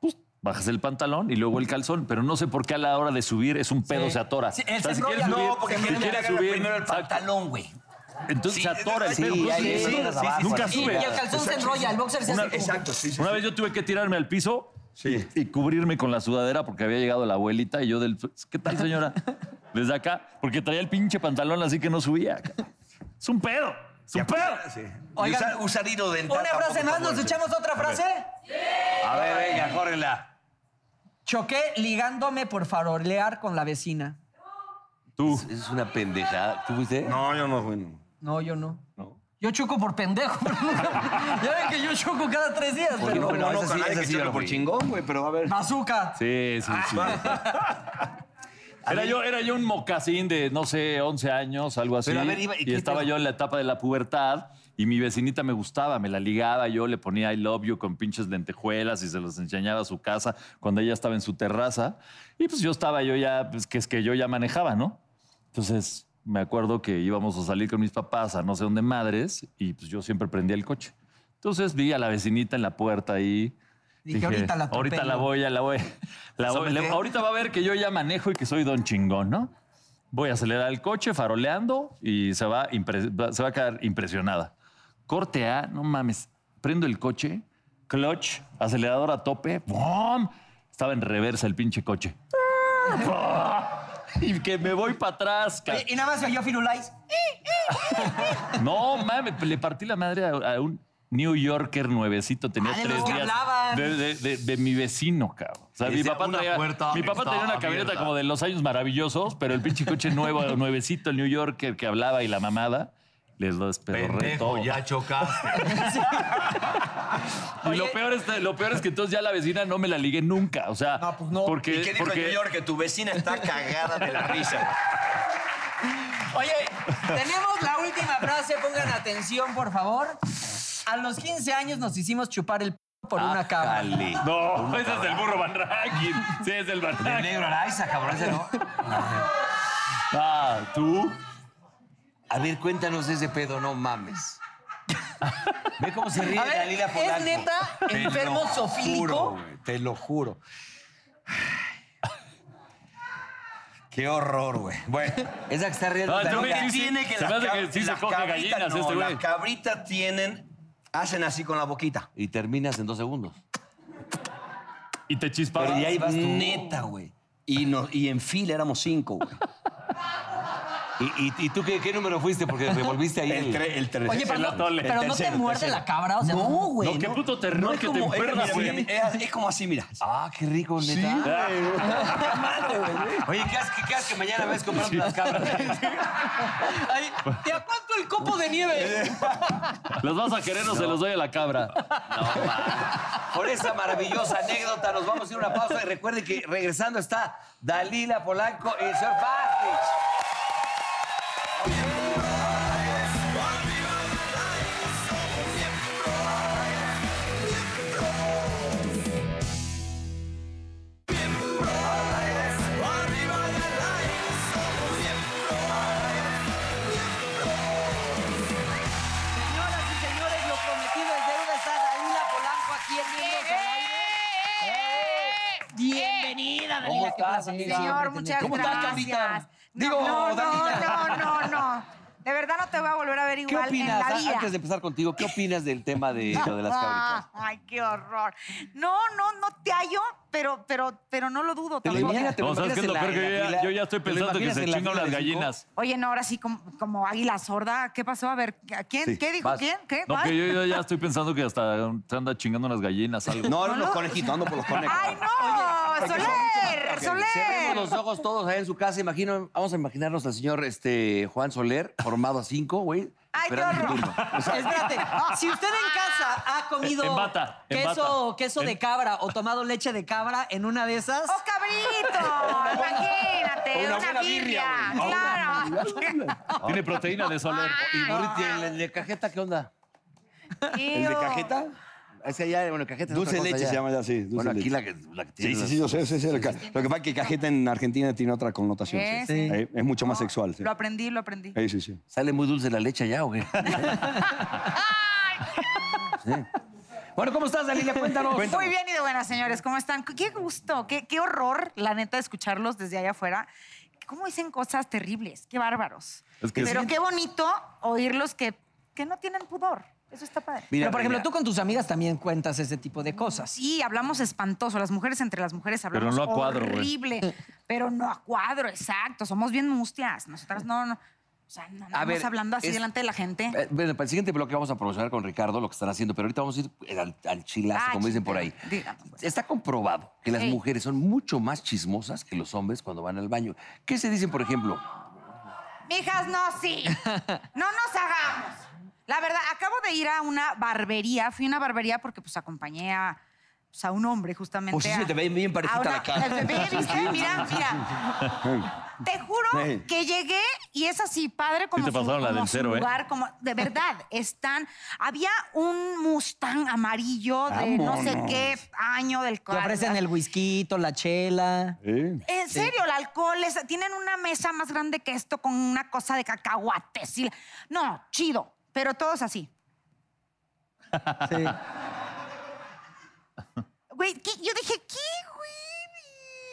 Speaker 4: pues bajas el pantalón y luego el calzón, pero no sé por qué a la hora de subir es un pedo,
Speaker 2: Sí.
Speaker 4: se atora.
Speaker 2: Sí, él se
Speaker 4: si
Speaker 2: enrolla.
Speaker 4: quieres
Speaker 2: No,
Speaker 4: subir-
Speaker 2: porque
Speaker 4: si
Speaker 2: quiere
Speaker 4: quieres
Speaker 2: agarrar
Speaker 4: subir,
Speaker 5: Primero el
Speaker 4: exacto.
Speaker 5: pantalón, güey.
Speaker 4: Entonces se atora el
Speaker 5: sí,
Speaker 4: pedo.
Speaker 5: sí,
Speaker 2: pues
Speaker 4: Entonces,
Speaker 5: sí,
Speaker 4: nunca
Speaker 5: sí, sí,
Speaker 4: nunca
Speaker 2: Sí, y
Speaker 4: sube.
Speaker 2: el calzón se enrolla, el boxer se hace. como-
Speaker 5: Exacto, sí, sí.
Speaker 4: Una vez yo tuve que tirarme al piso
Speaker 5: Sí.
Speaker 4: y, y cubrirme con la sudadera porque había llegado la abuelita y yo del... "Pues, ¿Qué tal, señora? Desde acá, porque traía el pinche pantalón así que no subía. cabrón. Es un pedo, es un pedo.
Speaker 2: Oigan,
Speaker 3: Usar, usar hilo dental.
Speaker 2: Una frase
Speaker 3: tampoco
Speaker 2: más,
Speaker 3: está
Speaker 2: nos
Speaker 3: bueno.
Speaker 2: echamos otra frase.
Speaker 1: A ver, venga, córrela.
Speaker 2: Choqué ligándome por farolear con la vecina.
Speaker 4: Tú.
Speaker 1: Es, es una pendejada. ¿Tú fuiste?
Speaker 5: No, yo no, güey. no.
Speaker 2: No, yo no. Yo choco por pendejo. pero nunca- ya ven que yo choco cada tres días,
Speaker 1: qué
Speaker 2: pero.
Speaker 1: no?
Speaker 3: No, no,
Speaker 1: Esa
Speaker 3: con
Speaker 1: sí,
Speaker 3: nadie
Speaker 1: esa
Speaker 3: que
Speaker 1: sí yo
Speaker 3: choque
Speaker 1: no
Speaker 3: por
Speaker 1: fui.
Speaker 3: chingón, güey, pero a ver.
Speaker 2: Bazooka.
Speaker 4: Sí, sí, sí.
Speaker 1: Ah.
Speaker 4: Era yo, era yo un mocasín de, no sé, 11 años, algo así.
Speaker 1: Pero a ver, iba- ¿y
Speaker 4: y
Speaker 1: qué
Speaker 4: estaba
Speaker 1: te-
Speaker 4: yo en la etapa de la pubertad y mi vecinita me gustaba, me la ligaba, yo le ponía I love you con pinches lentejuelas y se los enseñaba a su casa cuando ella estaba en su terraza. Y pues yo estaba, yo ya, pues que es que yo ya manejaba, ¿no? Entonces me acuerdo que íbamos a salir con mis papás a no sé dónde madres y pues yo siempre prendía el coche. Entonces vi a la vecinita en la puerta ahí.
Speaker 2: Dije, "Ahorita la
Speaker 4: Ahorita
Speaker 2: atropello".
Speaker 4: la voy, a la voy. la voy- le- ahorita va a ver que yo ya manejo y que soy don chingón, ¿no? Voy a acelerar el coche faroleando y se va, impre- va- se va a quedar impresionada. Corte A, no mames. Prendo el coche, clutch, acelerador a tope, ¡bum! Estaba en reversa el pinche coche.
Speaker 2: Ah.
Speaker 4: Y que me voy para atrás. ca-
Speaker 2: Y, y nada más se oyó Firulais.
Speaker 4: No mames, pues le partí la madre a, a un New Yorker nuevecito, tenía
Speaker 2: Ah, de los
Speaker 4: tres
Speaker 2: que
Speaker 4: días.
Speaker 2: hablaban.
Speaker 4: De, de- de- de mi vecino, cabrón. O sea, mi
Speaker 1: Decía,
Speaker 4: papá,
Speaker 1: "Una
Speaker 4: traía,
Speaker 1: puerta
Speaker 4: mi papá
Speaker 1: está
Speaker 4: tenía una camioneta
Speaker 1: abierta".
Speaker 4: como de los años maravillosos, pero el pinche coche nuevo, nuevecito, el New Yorker que hablaba y la mamada, les lo despedorré todo.
Speaker 1: chocaste.
Speaker 4: Y lo peor, es, lo peor es que entonces ya la vecina no me la ligué nunca. O sea,
Speaker 2: No, pues no.
Speaker 4: porque,
Speaker 5: ¿Y qué dijo en
Speaker 4: porque
Speaker 5: New York? Que tu vecina está cagada de la risa. güey.
Speaker 2: Oye, tenemos la última frase, pongan atención, por favor. A los 15 años nos hicimos chupar el p por una cama.
Speaker 1: Dale.
Speaker 4: No, ese es el burro Van Rankin. Sí, es el Van
Speaker 1: El
Speaker 4: Rankin.
Speaker 1: negro Araiza, cabrón, ese no.
Speaker 4: Ah, tú.
Speaker 1: A ver, cuéntanos ese pedo, no mames. Ve cómo se ríe
Speaker 2: A ver,
Speaker 1: Dalila
Speaker 2: ¿es
Speaker 1: Polanco.
Speaker 2: neta
Speaker 1: Te lo
Speaker 2: enfermo zoofílico?
Speaker 1: juro, güey, Te lo juro.
Speaker 3: Qué horror, güey. Bueno.
Speaker 1: Esa que está riendo.
Speaker 4: Ah, tú
Speaker 1: Dalila.
Speaker 4: me
Speaker 3: Mira,
Speaker 4: dijiste-
Speaker 3: tiene que
Speaker 4: se me
Speaker 3: las
Speaker 4: hace que
Speaker 3: cab-
Speaker 4: sí se
Speaker 3: las
Speaker 4: coge
Speaker 3: cabritas,
Speaker 4: gallinas
Speaker 3: no,
Speaker 4: este güey.
Speaker 3: Las cabritas tienen, hacen así con la boquita.
Speaker 1: Y terminas en dos segundos.
Speaker 4: Y te chispaba.
Speaker 1: Pero ya ibas tú.
Speaker 3: Neta, güey. Y, nos- y en fila éramos cinco, güey.
Speaker 1: ¿Y, y, y tú qué, qué número fuiste? Porque revolviste ahí.
Speaker 5: El,
Speaker 1: el-
Speaker 5: tre- el tres.
Speaker 2: Oye, pero
Speaker 4: El
Speaker 2: no,
Speaker 4: atole.
Speaker 2: pero no te
Speaker 5: Tercero,
Speaker 2: muerde
Speaker 5: tercero.
Speaker 2: la cabra, o sea,
Speaker 3: No, güey.
Speaker 4: No, qué puto terror
Speaker 3: es
Speaker 4: que te
Speaker 3: como- es
Speaker 4: encuerdas,
Speaker 3: mira,
Speaker 4: güey.
Speaker 3: mira, Es, es como así, mira.
Speaker 1: Ah, qué rico, neta.
Speaker 6: Ah,
Speaker 1: Oye, ¿qué haces, que- qué haces que mañana ves comprando las cabras?
Speaker 2: Ay, ¿Te aguanto el copo de nieve?
Speaker 4: ¿Los vas a querer o se los doy a la cabra?
Speaker 1: Por esa maravillosa anécdota nos vamos a ir a una pausa y recuerden que regresando está Dalila Polanco y el señor Pazlich.
Speaker 2: Señoras y señores, lo prometido es deuda. Está Dalila Polanco Eh, Ah, sí,
Speaker 7: Señor,
Speaker 2: siempre
Speaker 7: muchas
Speaker 2: tenés-
Speaker 7: gracias. No,
Speaker 2: Digo,
Speaker 7: no, no,
Speaker 2: Danita.
Speaker 7: no, no, no. De verdad no te voy a volver a ver
Speaker 6: ¿Qué
Speaker 7: igual en
Speaker 6: opinas,
Speaker 7: la
Speaker 6: a-
Speaker 7: vida.
Speaker 6: antes de empezar contigo, qué opinas del tema de lo de las
Speaker 7: Ah,
Speaker 6: cabritas?
Speaker 7: Ay, qué horror. No, no, no te hallo, pero, pero, pero no lo dudo
Speaker 6: Te lo
Speaker 7: tampoco.
Speaker 6: imaginas, te lo
Speaker 4: No, ¿sabes
Speaker 6: imaginas
Speaker 4: qué es lo
Speaker 6: en la-
Speaker 4: peor?
Speaker 6: en
Speaker 4: Que yo
Speaker 6: la
Speaker 4: ya-
Speaker 6: fila-
Speaker 4: yo ya estoy
Speaker 6: te lo
Speaker 4: pensando que
Speaker 6: imaginas
Speaker 4: se
Speaker 6: en la
Speaker 4: chingan
Speaker 6: fila
Speaker 4: las
Speaker 6: de cinco?
Speaker 4: gallinas.
Speaker 7: Oye, no, ahora sí, como, como águila sorda. ¿Qué pasó? A ver, ¿a ¿quién? ¿Qué dijo?
Speaker 4: Vas.
Speaker 7: ¿Quién? ¿Qué?
Speaker 4: No,
Speaker 7: ¿Cuál?
Speaker 4: que yo, yo ya estoy pensando que hasta se anda chingando las gallinas, algo.
Speaker 3: No, los conejitos, ando por los conejos.
Speaker 7: ¡Ay, no! ¡Soler!
Speaker 6: Cerremos los
Speaker 7: ¡Soler!
Speaker 6: ojos todos allá en su casa. Imagino, vamos a imaginarnos al señor este, Juan Soler, formado a cinco, güey.
Speaker 7: ¡Ay, qué
Speaker 6: esperando su
Speaker 7: horror!
Speaker 6: turno.
Speaker 2: Espérate, si usted en casa ha comido
Speaker 4: En bata, en
Speaker 2: queso,
Speaker 4: bata.
Speaker 2: queso de
Speaker 4: En-
Speaker 2: cabra o tomado leche de cabra en una de esas,
Speaker 7: ¡Oh, cabrito! Imagínate, una, birria. Claro.
Speaker 4: Tiene proteína de soler.
Speaker 6: Y Burriti, el, el de cajeta, ¿qué onda?
Speaker 7: ¿El
Speaker 6: Ese allá, bueno, cajeta. es otra
Speaker 3: Dulce
Speaker 6: cosa
Speaker 3: leche
Speaker 6: allá.
Speaker 3: se llama ya, sí, dulce
Speaker 6: bueno, aquí
Speaker 3: leche.
Speaker 6: la que, la que
Speaker 3: Sí,
Speaker 6: tiene.
Speaker 3: sí, sí, yo sé, sí, sí, lo que lo que pasa es que cajeta en Argentina tiene otra connotación. sí.
Speaker 7: Eh,
Speaker 2: sí.
Speaker 3: Eh, Es mucho más sexual. Sí,
Speaker 7: Lo aprendí, lo aprendí.
Speaker 3: Eh, sí, sí.
Speaker 6: ¿Sale muy dulce la leche allá o qué? Sí. Bueno, ¿cómo estás, Dalila? Cuéntanos.
Speaker 7: Muy bien y de buenas, señores. ¿Cómo están? Qué gusto, qué, qué horror, la neta, escucharlos desde allá afuera. ¿Cómo dicen cosas terribles? Qué bárbaros.
Speaker 4: Es que
Speaker 7: Pero
Speaker 4: sí.
Speaker 7: qué bonito oírlos que, que no tienen pudor. Eso está padre.
Speaker 6: Mira,
Speaker 2: pero por ejemplo,
Speaker 6: mira.
Speaker 2: tú con tus amigas también cuentas ese tipo de cosas.
Speaker 7: Sí, hablamos espantoso. Las mujeres entre las mujeres hablamos
Speaker 4: no a cuadro, güey.
Speaker 7: horrible. Pero no a cuadro, exacto. Somos bien mustias. Nosotras no, no. O sea, no andamos
Speaker 6: ver,
Speaker 7: hablando así
Speaker 6: es-
Speaker 7: delante de la gente.
Speaker 6: Eh, Bueno, para el siguiente bloque vamos a promocionar con Ricardo lo que están haciendo, pero ahorita vamos a ir eh, al, al chilazo,
Speaker 7: Ah,
Speaker 6: como dicen por ahí.
Speaker 7: chingada. Dígame, pues.
Speaker 6: Está comprobado que las
Speaker 7: Ey.
Speaker 6: mujeres son mucho más chismosas que los hombres cuando van al baño. ¿Qué se dicen, por ejemplo?
Speaker 7: Ah, Mijas, no, sí. No nos hagamos. La verdad, acabo de ir a una barbería. Fui a una barbería porque pues acompañé a, pues, a un hombre justamente.
Speaker 3: Pues sí,
Speaker 7: a-
Speaker 3: se te ve bien parejita
Speaker 7: a una-
Speaker 3: la cara.
Speaker 7: ¿Ve? ¿Viste? Mira, mira. Te juro
Speaker 3: Sí.
Speaker 7: que llegué y es así, padre, como
Speaker 4: te
Speaker 7: su-
Speaker 4: pasaron la
Speaker 7: como
Speaker 4: del
Speaker 7: su
Speaker 4: cero, ¿eh?
Speaker 7: lugar, como de verdad, están... Había un Mustang amarillo de no sé
Speaker 3: Vámonos.
Speaker 7: qué año del
Speaker 2: Te ofrecen
Speaker 7: cual-
Speaker 2: el whisky, la chela.
Speaker 3: Eh,
Speaker 7: en serio, el alcohol es- tienen una mesa más grande que esto con una cosa de cacahuates. y- no, chido, pero todos así.
Speaker 2: Sí.
Speaker 7: Güey, ¿qué? yo dije, ¿qué, güey?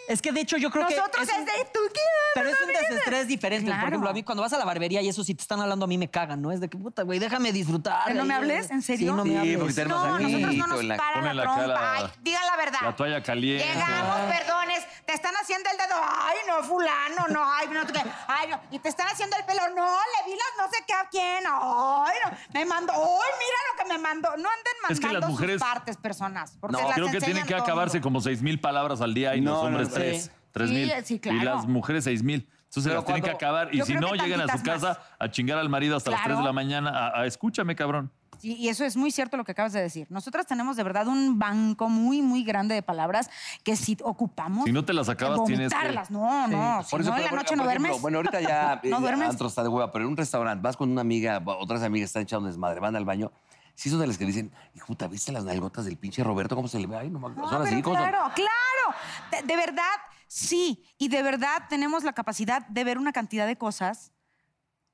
Speaker 2: Es que de hecho yo creo que.
Speaker 7: Nosotros este
Speaker 2: es
Speaker 7: es,
Speaker 2: un-
Speaker 7: de tú qué.
Speaker 2: Pero es un desestrés diferente.
Speaker 7: Claro.
Speaker 2: Por ejemplo, a mí cuando vas a la barbería y eso sí te están hablando a mí me cagan, ¿no? Es de que puta, güey, déjame disfrutar.
Speaker 7: ¿Que no me
Speaker 2: Ahí,
Speaker 7: hables? ¿En serio?
Speaker 2: Sí, no
Speaker 6: Sí,
Speaker 2: me hables.
Speaker 6: porque te-
Speaker 7: No,
Speaker 6: hermosa,
Speaker 7: nosotros no
Speaker 6: grito,
Speaker 7: nos
Speaker 6: la-
Speaker 7: para
Speaker 4: pone
Speaker 7: la,
Speaker 4: la
Speaker 7: trompa.
Speaker 4: cara-
Speaker 7: Ay, diga la verdad.
Speaker 4: La toalla caliente.
Speaker 7: Llegamos,
Speaker 4: Ah.
Speaker 7: perdones, te están haciendo el dedo. Ay, no, fulano, no, ay, no, tú qué, ay, no. Y te están haciendo el pelo. No, le vi las no sé qué a quién. Ay, no, me mandó. Ay, mira lo que me mandó. No anden mandando
Speaker 4: Es que las mujeres-
Speaker 7: sus partes, personas. Porque las
Speaker 4: Creo que tienen
Speaker 7: enseñan
Speaker 4: que
Speaker 7: todo
Speaker 4: acabarse
Speaker 7: mundo.
Speaker 4: como seis mil palabras al día y
Speaker 3: No,
Speaker 4: los
Speaker 3: no,
Speaker 4: hombres
Speaker 3: no.
Speaker 4: tres.
Speaker 2: Sí.
Speaker 4: Tres
Speaker 7: Sí,
Speaker 4: mil.
Speaker 7: sí, claro.
Speaker 4: Y las mujeres seis mil. Entonces
Speaker 6: Pero
Speaker 4: las tienen que
Speaker 6: cuando-
Speaker 4: acabar. Y
Speaker 7: Yo
Speaker 4: si
Speaker 7: creo
Speaker 4: no,
Speaker 7: que
Speaker 4: llegan a su
Speaker 7: tantitas
Speaker 4: casa
Speaker 7: más.
Speaker 4: a chingar al marido hasta las
Speaker 7: Claro.
Speaker 4: tres de la mañana. A, a- escúchame, cabrón.
Speaker 7: Sí, y eso es muy cierto lo que acabas de decir. Nosotras tenemos de verdad un banco muy, muy grande de palabras que si ocupamos.
Speaker 4: Si no te las acabas, tienes que-
Speaker 7: vomitarlas. No, no. Si no, en
Speaker 6: pero, por-
Speaker 7: la noche no
Speaker 6: por ejemplo,
Speaker 7: duermes.
Speaker 6: Bueno, ahorita ya
Speaker 7: No
Speaker 6: eh,
Speaker 7: duermes.
Speaker 6: antro está de hueva, pero en un restaurante vas con una amiga, va- otras amigas están echando desmadre, van al baño. Sí son de las que dicen, hijo, puta, ¿viste las nalgotas del pinche Roberto? ¿Cómo se le ve? Ay, no, mames,
Speaker 7: No,
Speaker 6: son así,
Speaker 7: pero
Speaker 6: ¿cómo son?
Speaker 7: claro, claro. De, de verdad, sí. Y de verdad tenemos la capacidad de ver una cantidad de cosas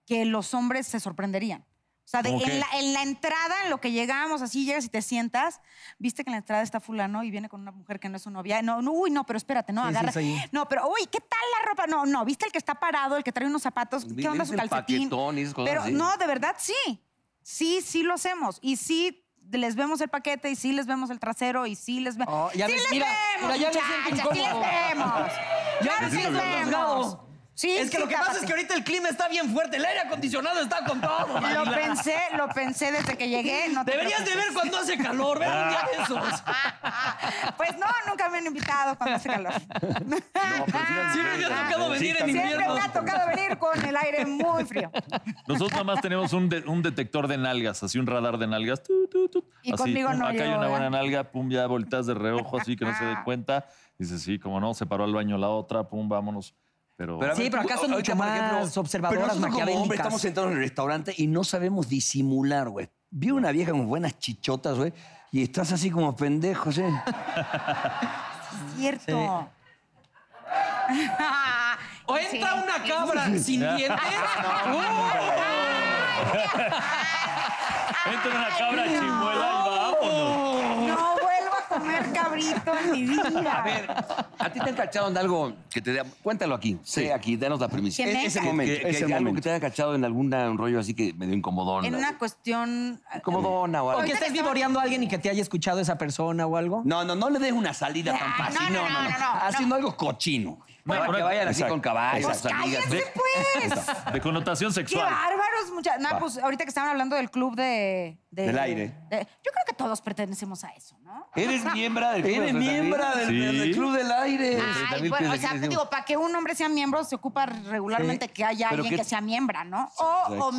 Speaker 7: que los hombres se sorprenderían. O sea, de-
Speaker 4: ¿Cómo qué?
Speaker 7: en, la, en la entrada, en lo que llegamos, así llegas y te sientas, viste que en la entrada está fulano y viene con una mujer que no es su novia. No, no, uy, no, pero espérate, no,
Speaker 2: Sí, sí,
Speaker 7: agarra.
Speaker 2: soy yo.
Speaker 7: no, pero, uy, ¿qué tal la ropa? No, no, viste el que está parado, el que trae unos zapatos,
Speaker 6: Vi-
Speaker 7: ¿qué onda
Speaker 6: lees
Speaker 7: su
Speaker 6: el
Speaker 7: calcetín?
Speaker 6: paquetón y esas cosas
Speaker 7: Pero
Speaker 6: así.
Speaker 7: no, de verdad sí. Sí, sí lo hacemos. Y sí les vemos el paquete y sí les vemos el trasero y sí les vemos.
Speaker 2: Oh, ya
Speaker 7: sí
Speaker 2: ves,
Speaker 7: les
Speaker 2: mira,
Speaker 7: vemos,
Speaker 2: mira, ya me siento
Speaker 7: muchachas, sí les
Speaker 2: incómodo.
Speaker 7: vemos. Claro,
Speaker 2: me
Speaker 7: sí
Speaker 2: siento
Speaker 7: les
Speaker 2: bien
Speaker 7: vemos.
Speaker 2: juzgado.
Speaker 7: Sí,
Speaker 2: es que
Speaker 7: sí,
Speaker 2: lo que pasa
Speaker 7: tápate.
Speaker 2: es que ahorita el clima está bien fuerte, el aire acondicionado está con todo.
Speaker 7: Lo
Speaker 2: Manila.
Speaker 7: pensé, lo pensé desde que llegué. No te
Speaker 2: Deberías de
Speaker 7: preocupes.
Speaker 2: ver cuando hace calor, vean un
Speaker 3: Ah.
Speaker 2: día de esos.
Speaker 7: Pues no, nunca me han invitado cuando hace calor.
Speaker 2: Sí, me hubiera
Speaker 3: Ah,
Speaker 2: tocado venir en
Speaker 7: Siempre
Speaker 2: invierno.
Speaker 7: me ha tocado venir con el aire muy frío.
Speaker 4: Nosotros nada más tenemos un, de- un detector de nalgas, así un radar de nalgas. Tut, tut, tut.
Speaker 7: Y
Speaker 4: así,
Speaker 7: conmigo
Speaker 4: pum,
Speaker 7: no
Speaker 4: Acá hay
Speaker 7: llegó,
Speaker 4: una buena
Speaker 7: ¿verdad?
Speaker 4: nalga, pum, ya volteas de reojo así que no se dé cuenta. Dice, sí, como no, se paró al baño la otra, pum, vámonos. Pero,
Speaker 6: Pero a ver,
Speaker 2: Sí, pero acá son
Speaker 6: ahorita,
Speaker 2: mucho
Speaker 6: por ejemplo,
Speaker 2: más
Speaker 3: Pero
Speaker 2: observadoras
Speaker 3: nosotros como hombres
Speaker 2: maquiavélicas.
Speaker 3: estamos sentados en el restaurante y no sabemos disimular, güey. Vi una vieja con buenas chichotas, güey, y estás así como pendejo, ¿sí?
Speaker 7: Cierto.
Speaker 2: O entra
Speaker 7: Sí.
Speaker 2: una cabra sin
Speaker 3: Ah.
Speaker 2: dientes.
Speaker 4: entra una cabra chimuela y vámonos.
Speaker 7: No vuelvo a comer cabrito en mi vida.
Speaker 6: A ver, ¿A ti te han cachado en algo que te... da- Cuéntalo aquí. Sí, aquí, danos la primicia.
Speaker 7: Que me-
Speaker 3: Ese
Speaker 7: que-
Speaker 3: momento,
Speaker 6: Que- que-
Speaker 3: ese
Speaker 6: que algo que
Speaker 3: momento.
Speaker 6: te haya cachado en algún rollo así que medio incomodón.
Speaker 7: En una cuestión.
Speaker 6: Incomodona o
Speaker 2: O
Speaker 6: algo.
Speaker 2: que
Speaker 7: Ahorita
Speaker 2: estés
Speaker 7: que estaba-
Speaker 2: vivoreando a alguien y que te haya escuchado esa persona o algo.
Speaker 3: No, no, no le des una salida tan
Speaker 7: Ah,
Speaker 3: fácil. No, no, no.
Speaker 7: no,
Speaker 3: Haciendo algo cochino.
Speaker 6: Bueno, que vayan así
Speaker 3: Exacto.
Speaker 6: con caballos,
Speaker 7: Pues
Speaker 6: sus amigas.
Speaker 7: cállense, pues.
Speaker 4: De connotación
Speaker 7: Qué
Speaker 4: sexual.
Speaker 7: bárbaros, muchachos. No, pues ahorita que estaban hablando del club de. de-
Speaker 3: Del aire.
Speaker 7: de- yo creo que todos pertenecemos a eso, ¿no?
Speaker 6: Eres miembro del club.
Speaker 3: Eres
Speaker 6: ¿no?
Speaker 3: miembro del,
Speaker 4: Sí.
Speaker 3: del Club del Aire.
Speaker 7: Ay, bueno, o sea, pues digo, para que un hombre sea miembro se ocupa regularmente que haya
Speaker 6: Pero
Speaker 7: alguien
Speaker 6: qué-
Speaker 7: que sea miembra, ¿no? O, o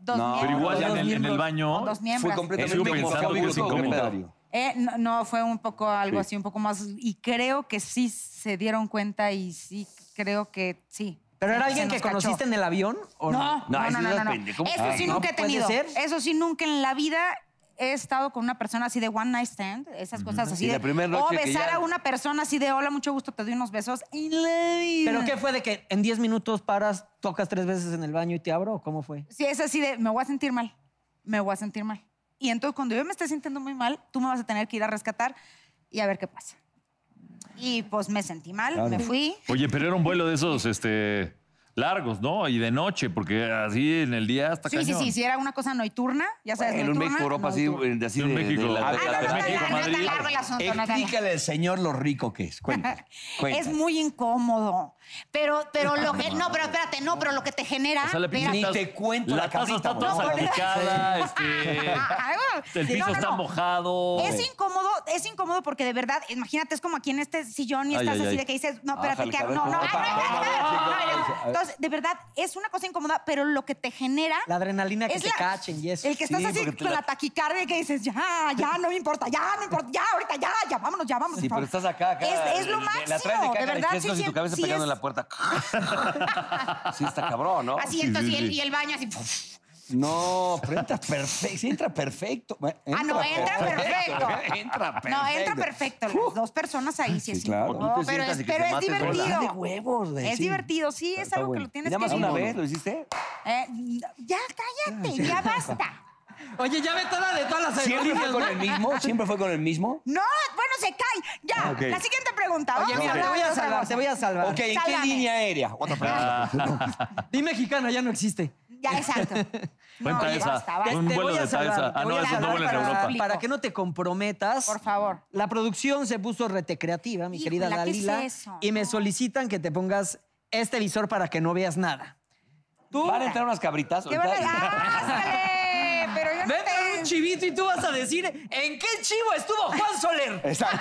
Speaker 7: dos
Speaker 3: No,
Speaker 7: miembros.
Speaker 4: Pero igual
Speaker 7: o
Speaker 4: ya en
Speaker 7: dos
Speaker 4: el, en el
Speaker 7: miembros, o
Speaker 4: baño.
Speaker 7: dos miembros.
Speaker 3: Fue completamente
Speaker 4: Sigo pensando que es
Speaker 3: inconcabulco
Speaker 4: incómodo.
Speaker 3: comentario.
Speaker 7: Eh, no, no, fue un poco algo
Speaker 3: Sí.
Speaker 7: así, un poco más. Y creo que sí se dieron cuenta y sí, creo que sí.
Speaker 2: ¿Pero era
Speaker 7: Se
Speaker 2: alguien
Speaker 7: nos
Speaker 2: que
Speaker 7: cachó.
Speaker 2: conociste en el avión? ¿o
Speaker 7: No, no,
Speaker 6: ese no
Speaker 7: no, no,
Speaker 6: es
Speaker 7: no, no.
Speaker 6: pendejo. Ah, ¿Cómo
Speaker 7: Eso
Speaker 6: crees?
Speaker 7: sí
Speaker 2: No,
Speaker 7: nunca he
Speaker 2: puede
Speaker 7: tenido.
Speaker 2: ser.
Speaker 7: Eso sí nunca en la vida he estado con una persona así de one night stand, esas cosas así.
Speaker 6: Y la
Speaker 7: de-
Speaker 6: primer
Speaker 7: o
Speaker 6: noche que
Speaker 7: besar
Speaker 6: ya-
Speaker 7: a una persona así de hola, mucho gusto, te doy unos besos. y la vida.
Speaker 2: ¿Pero qué fue de que en 10 minutos paras, tocas tres veces en el baño y te abro? ¿O cómo fue?
Speaker 7: Sí, es así de me voy a sentir mal, me voy a sentir mal. Y entonces cuando yo me esté sintiendo muy mal, tú me vas a tener que ir a rescatar y a ver qué pasa. Y pues me sentí mal, me fui.
Speaker 4: Oye, pero era un vuelo de esos este, largos, ¿no? Y de noche, porque así en el día hasta
Speaker 7: Sí, sí, sí, sí, era una cosa noiturna, ya sabes,
Speaker 6: En un
Speaker 7: nocturna,
Speaker 6: México, Europa, así,
Speaker 7: nocturna.
Speaker 6: de- así
Speaker 4: En
Speaker 6: de, de
Speaker 4: México.
Speaker 6: la-
Speaker 4: Ah,
Speaker 7: Ah,
Speaker 6: de
Speaker 7: no,
Speaker 6: la-
Speaker 7: no, no,
Speaker 6: de la-
Speaker 7: no, no, no,
Speaker 3: Madrid.
Speaker 7: tan largo el asunto, no, no, no.
Speaker 3: Explícale al señor lo rico que es. Cuéntale.
Speaker 7: Es muy incómodo. Pero, pero lo que. No, pero espérate, no, pero lo que te genera.
Speaker 4: O sea, le
Speaker 7: espérate.
Speaker 4: pintas-
Speaker 3: Ni te cuento la,
Speaker 4: La taza
Speaker 3: cabrita,
Speaker 4: está toda
Speaker 3: boludo.
Speaker 4: salpicada, este,
Speaker 7: Ay, bueno,
Speaker 4: el
Speaker 7: sí,
Speaker 4: piso
Speaker 7: no, no,
Speaker 4: está
Speaker 7: no.
Speaker 4: mojado.
Speaker 7: Es incómodo, es incómodo porque de verdad, imagínate, es como aquí en este sillón y
Speaker 4: Ay,
Speaker 7: estás
Speaker 4: ay,
Speaker 7: así
Speaker 4: ay.
Speaker 7: de que dices, no, espérate,
Speaker 6: Bájale,
Speaker 7: que, no,
Speaker 6: cabrón,
Speaker 7: no,
Speaker 6: ¿cómo
Speaker 7: ay,
Speaker 6: va?
Speaker 7: no,
Speaker 6: ¿Cómo
Speaker 7: ay,
Speaker 3: va?
Speaker 7: no,
Speaker 3: Chicos,
Speaker 7: ay, no. Entonces, de verdad, es una cosa incómoda, pero lo que te genera.
Speaker 2: La adrenalina que
Speaker 7: es
Speaker 2: te
Speaker 7: la-
Speaker 2: cachen y eso.
Speaker 7: El que estás
Speaker 6: Sí,
Speaker 7: así
Speaker 6: porque te
Speaker 7: con
Speaker 6: la-
Speaker 7: la taquicardia que dices, ya, ya, no me importa, ya, no importa, ya, ahorita, ya, ya, vámonos, ya, vámonos.
Speaker 6: Sí,
Speaker 7: por
Speaker 6: pero
Speaker 7: favor.
Speaker 6: estás acá, acá.
Speaker 7: Es, es lo
Speaker 6: de- de- la traes de
Speaker 7: máximo, de,
Speaker 6: caca de
Speaker 7: verdad.
Speaker 6: chescos y tu cabeza pegando en la puerta. sí, está cabrón, ¿no?
Speaker 7: Así, entonces, y, el, y el baño así. puf.
Speaker 3: No, pero entra perfecto. entra perfecto. Bueno,
Speaker 7: Ah, no, entra perfecto.
Speaker 3: entra perfecto.
Speaker 7: No, entra perfecto. Las dos personas ahí
Speaker 3: Sí,
Speaker 7: sí, es
Speaker 3: claro.
Speaker 7: incómodo,
Speaker 6: O tú te
Speaker 7: pero
Speaker 6: sientas
Speaker 7: es,
Speaker 6: y que
Speaker 7: pero
Speaker 6: te
Speaker 7: es
Speaker 6: maten, ¿verdad?
Speaker 7: divertido.
Speaker 3: De huevos, güey,
Speaker 7: Es
Speaker 3: sí.
Speaker 7: divertido, sí, es
Speaker 3: Está
Speaker 7: algo que
Speaker 3: bueno.
Speaker 7: lo tienes
Speaker 6: ¿Y nada
Speaker 7: que
Speaker 6: más una
Speaker 7: vivir.
Speaker 6: vez lo hiciste?
Speaker 7: Eh, ya, cállate, ya basta.
Speaker 2: Oye, ya ve toda de todas las
Speaker 3: ¿Siempre fue
Speaker 2: aerolíneas,
Speaker 3: con
Speaker 2: ¿no?
Speaker 3: el mismo? ¿Siempre fue con el mismo?
Speaker 7: No, bueno, se cae. Ya,
Speaker 3: Ah, ok.
Speaker 7: la siguiente pregunta.
Speaker 2: Oye,
Speaker 7: Vamos
Speaker 2: mira, te
Speaker 7: hablar
Speaker 2: voy
Speaker 7: de
Speaker 2: a
Speaker 7: otra
Speaker 2: salvar,
Speaker 7: cosa.
Speaker 2: te voy a salvar.
Speaker 3: Ok, ¿en qué
Speaker 7: Sálvame.
Speaker 3: línea aérea? Otra pregunta.
Speaker 2: Di mexicano, ya no existe.
Speaker 7: Ya, exacto.
Speaker 4: Cuenta
Speaker 7: ya
Speaker 4: esa.
Speaker 7: basta, basta.
Speaker 4: Un vuelo de Thaisa. Ah,
Speaker 2: te
Speaker 4: no,
Speaker 2: voy a
Speaker 4: esos no
Speaker 2: salvar
Speaker 4: vuelan a
Speaker 2: para,
Speaker 4: Europa.
Speaker 2: para que no te comprometas.
Speaker 7: Por favor.
Speaker 2: La producción se puso rete creativa, mi
Speaker 7: Híjole,
Speaker 2: querida
Speaker 7: ¿qué es
Speaker 2: Dalila.
Speaker 7: eso?
Speaker 2: Y me
Speaker 7: No.
Speaker 2: solicitan que te pongas este visor para que no veas nada. Tú
Speaker 6: Van a entrar unas cabritas.
Speaker 7: ¡Qué ¡Ah,
Speaker 6: ahorita.
Speaker 7: ¡Ándale! Pero yo no
Speaker 2: va a entrar
Speaker 7: te-
Speaker 2: un chivito y tú vas a decir ¿en qué chivo estuvo Juan Soler?
Speaker 3: Exacto.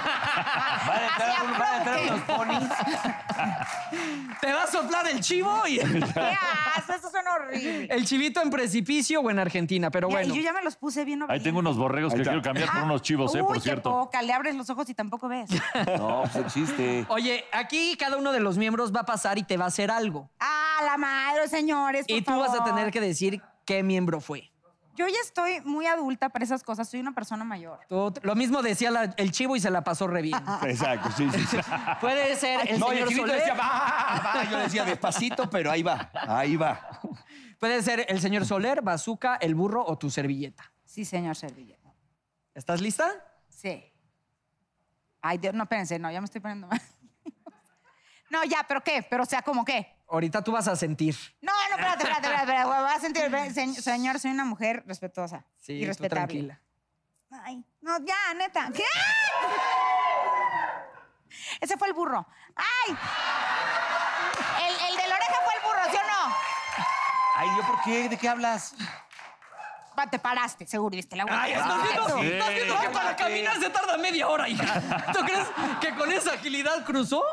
Speaker 6: Van a entrar,
Speaker 7: Hacia
Speaker 6: un- van a entrar
Speaker 7: Croque.
Speaker 6: unos ponis.
Speaker 2: Te va a soplar el chivo y
Speaker 7: ¿Qué haces? Eso suena horrible.
Speaker 2: el chivito en precipicio o en Argentina, pero
Speaker 7: Ya,
Speaker 2: bueno.
Speaker 7: Y yo ya me los puse bien Ah,
Speaker 4: Ahí tengo unos borregos que quiero cambiar por unos chivos, ¿eh? Por cierto.
Speaker 7: Poca. Le abres los ojos y tampoco ves.
Speaker 6: No, pues el chiste.
Speaker 2: Oye, aquí cada uno de los miembros va a pasar y te va a hacer algo.
Speaker 7: ¡Ah, la madre, señores! por
Speaker 2: Y tú vas a
Speaker 7: favor.
Speaker 2: tener que decir qué miembro fue.
Speaker 7: Yo ya estoy muy adulta para esas cosas. Soy una persona mayor.
Speaker 2: Tú- lo mismo decía la- el chivo y se la pasó re bien.
Speaker 3: Exacto, sí, sí. sí.
Speaker 2: Puede ser el
Speaker 3: no, y el
Speaker 2: señor
Speaker 3: chivito
Speaker 2: Soler,
Speaker 3: decía, va, Ah, va. Yo decía, despacito, pero ahí va, ahí va.
Speaker 2: puede ser el señor Soler, Bazooka, el burro o tu servilleta.
Speaker 7: Sí, señor Servilleta.
Speaker 2: ¿Estás lista?
Speaker 7: Sí. Ay, Dios, no, espérense, no, ya me estoy poniendo mal. No, ya, pero qué, pero o sea, ¿cómo qué?
Speaker 2: Ahorita tú vas a sentir.
Speaker 7: No, no, espérate, espérate, espérate, espérate, voy a sentir, ve, se- señor, soy una mujer respetuosa
Speaker 2: Sí,
Speaker 7: y
Speaker 2: tú
Speaker 7: respetable.
Speaker 2: tranquila.
Speaker 7: Ay, no, ya, neta. ¿Qué? Ese fue el burro. ¡Ay! El, el de la oreja fue el burro, ¿sí o no?
Speaker 6: Ay, ¿yo por qué? ¿De qué hablas?
Speaker 7: Pa- Te paraste, seguro, y viste la
Speaker 2: Ay, estás viendo, estás viendo que para caminar se tarda media hora, hija. ¿Tú crees que con esa agilidad cruzó?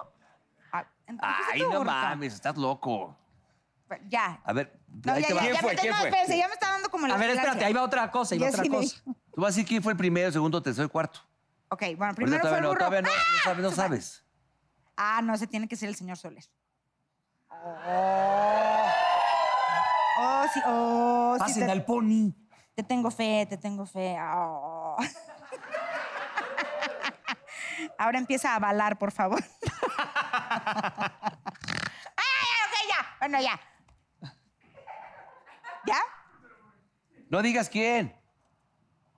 Speaker 7: Ay, entonces,
Speaker 6: Ay,
Speaker 7: tú,
Speaker 6: no
Speaker 7: burrito.
Speaker 6: mames, estás loco.
Speaker 7: Ya.
Speaker 6: A ver,
Speaker 7: No,
Speaker 6: ahí
Speaker 7: ya,
Speaker 6: te
Speaker 7: ya,
Speaker 6: va.
Speaker 7: ya, me, te- no, espérense, ya me está dando como la
Speaker 2: A ver, espérate,
Speaker 7: distancia.
Speaker 2: ahí va otra cosa, ahí va
Speaker 7: Ya
Speaker 2: otra
Speaker 7: sí me
Speaker 2: cosa.
Speaker 6: Tú vas a decir quién fue el primero, segundo, tercero y cuarto.
Speaker 7: Ok, bueno,
Speaker 6: Ahorita
Speaker 7: primero fue el burro.
Speaker 6: todavía no, todavía no, no sabes, no
Speaker 7: ¡Ah!
Speaker 6: sabes.
Speaker 7: Ah, no, ese tiene que ser el señor Soler. Oh, sí, oh, sí. Te,
Speaker 6: pony.
Speaker 7: te tengo fe, te tengo fe. Oh. Ahora empieza a balar, por favor. ¡Ay, ok, ya! Bueno, ya. ¿Ya?
Speaker 6: No digas quién.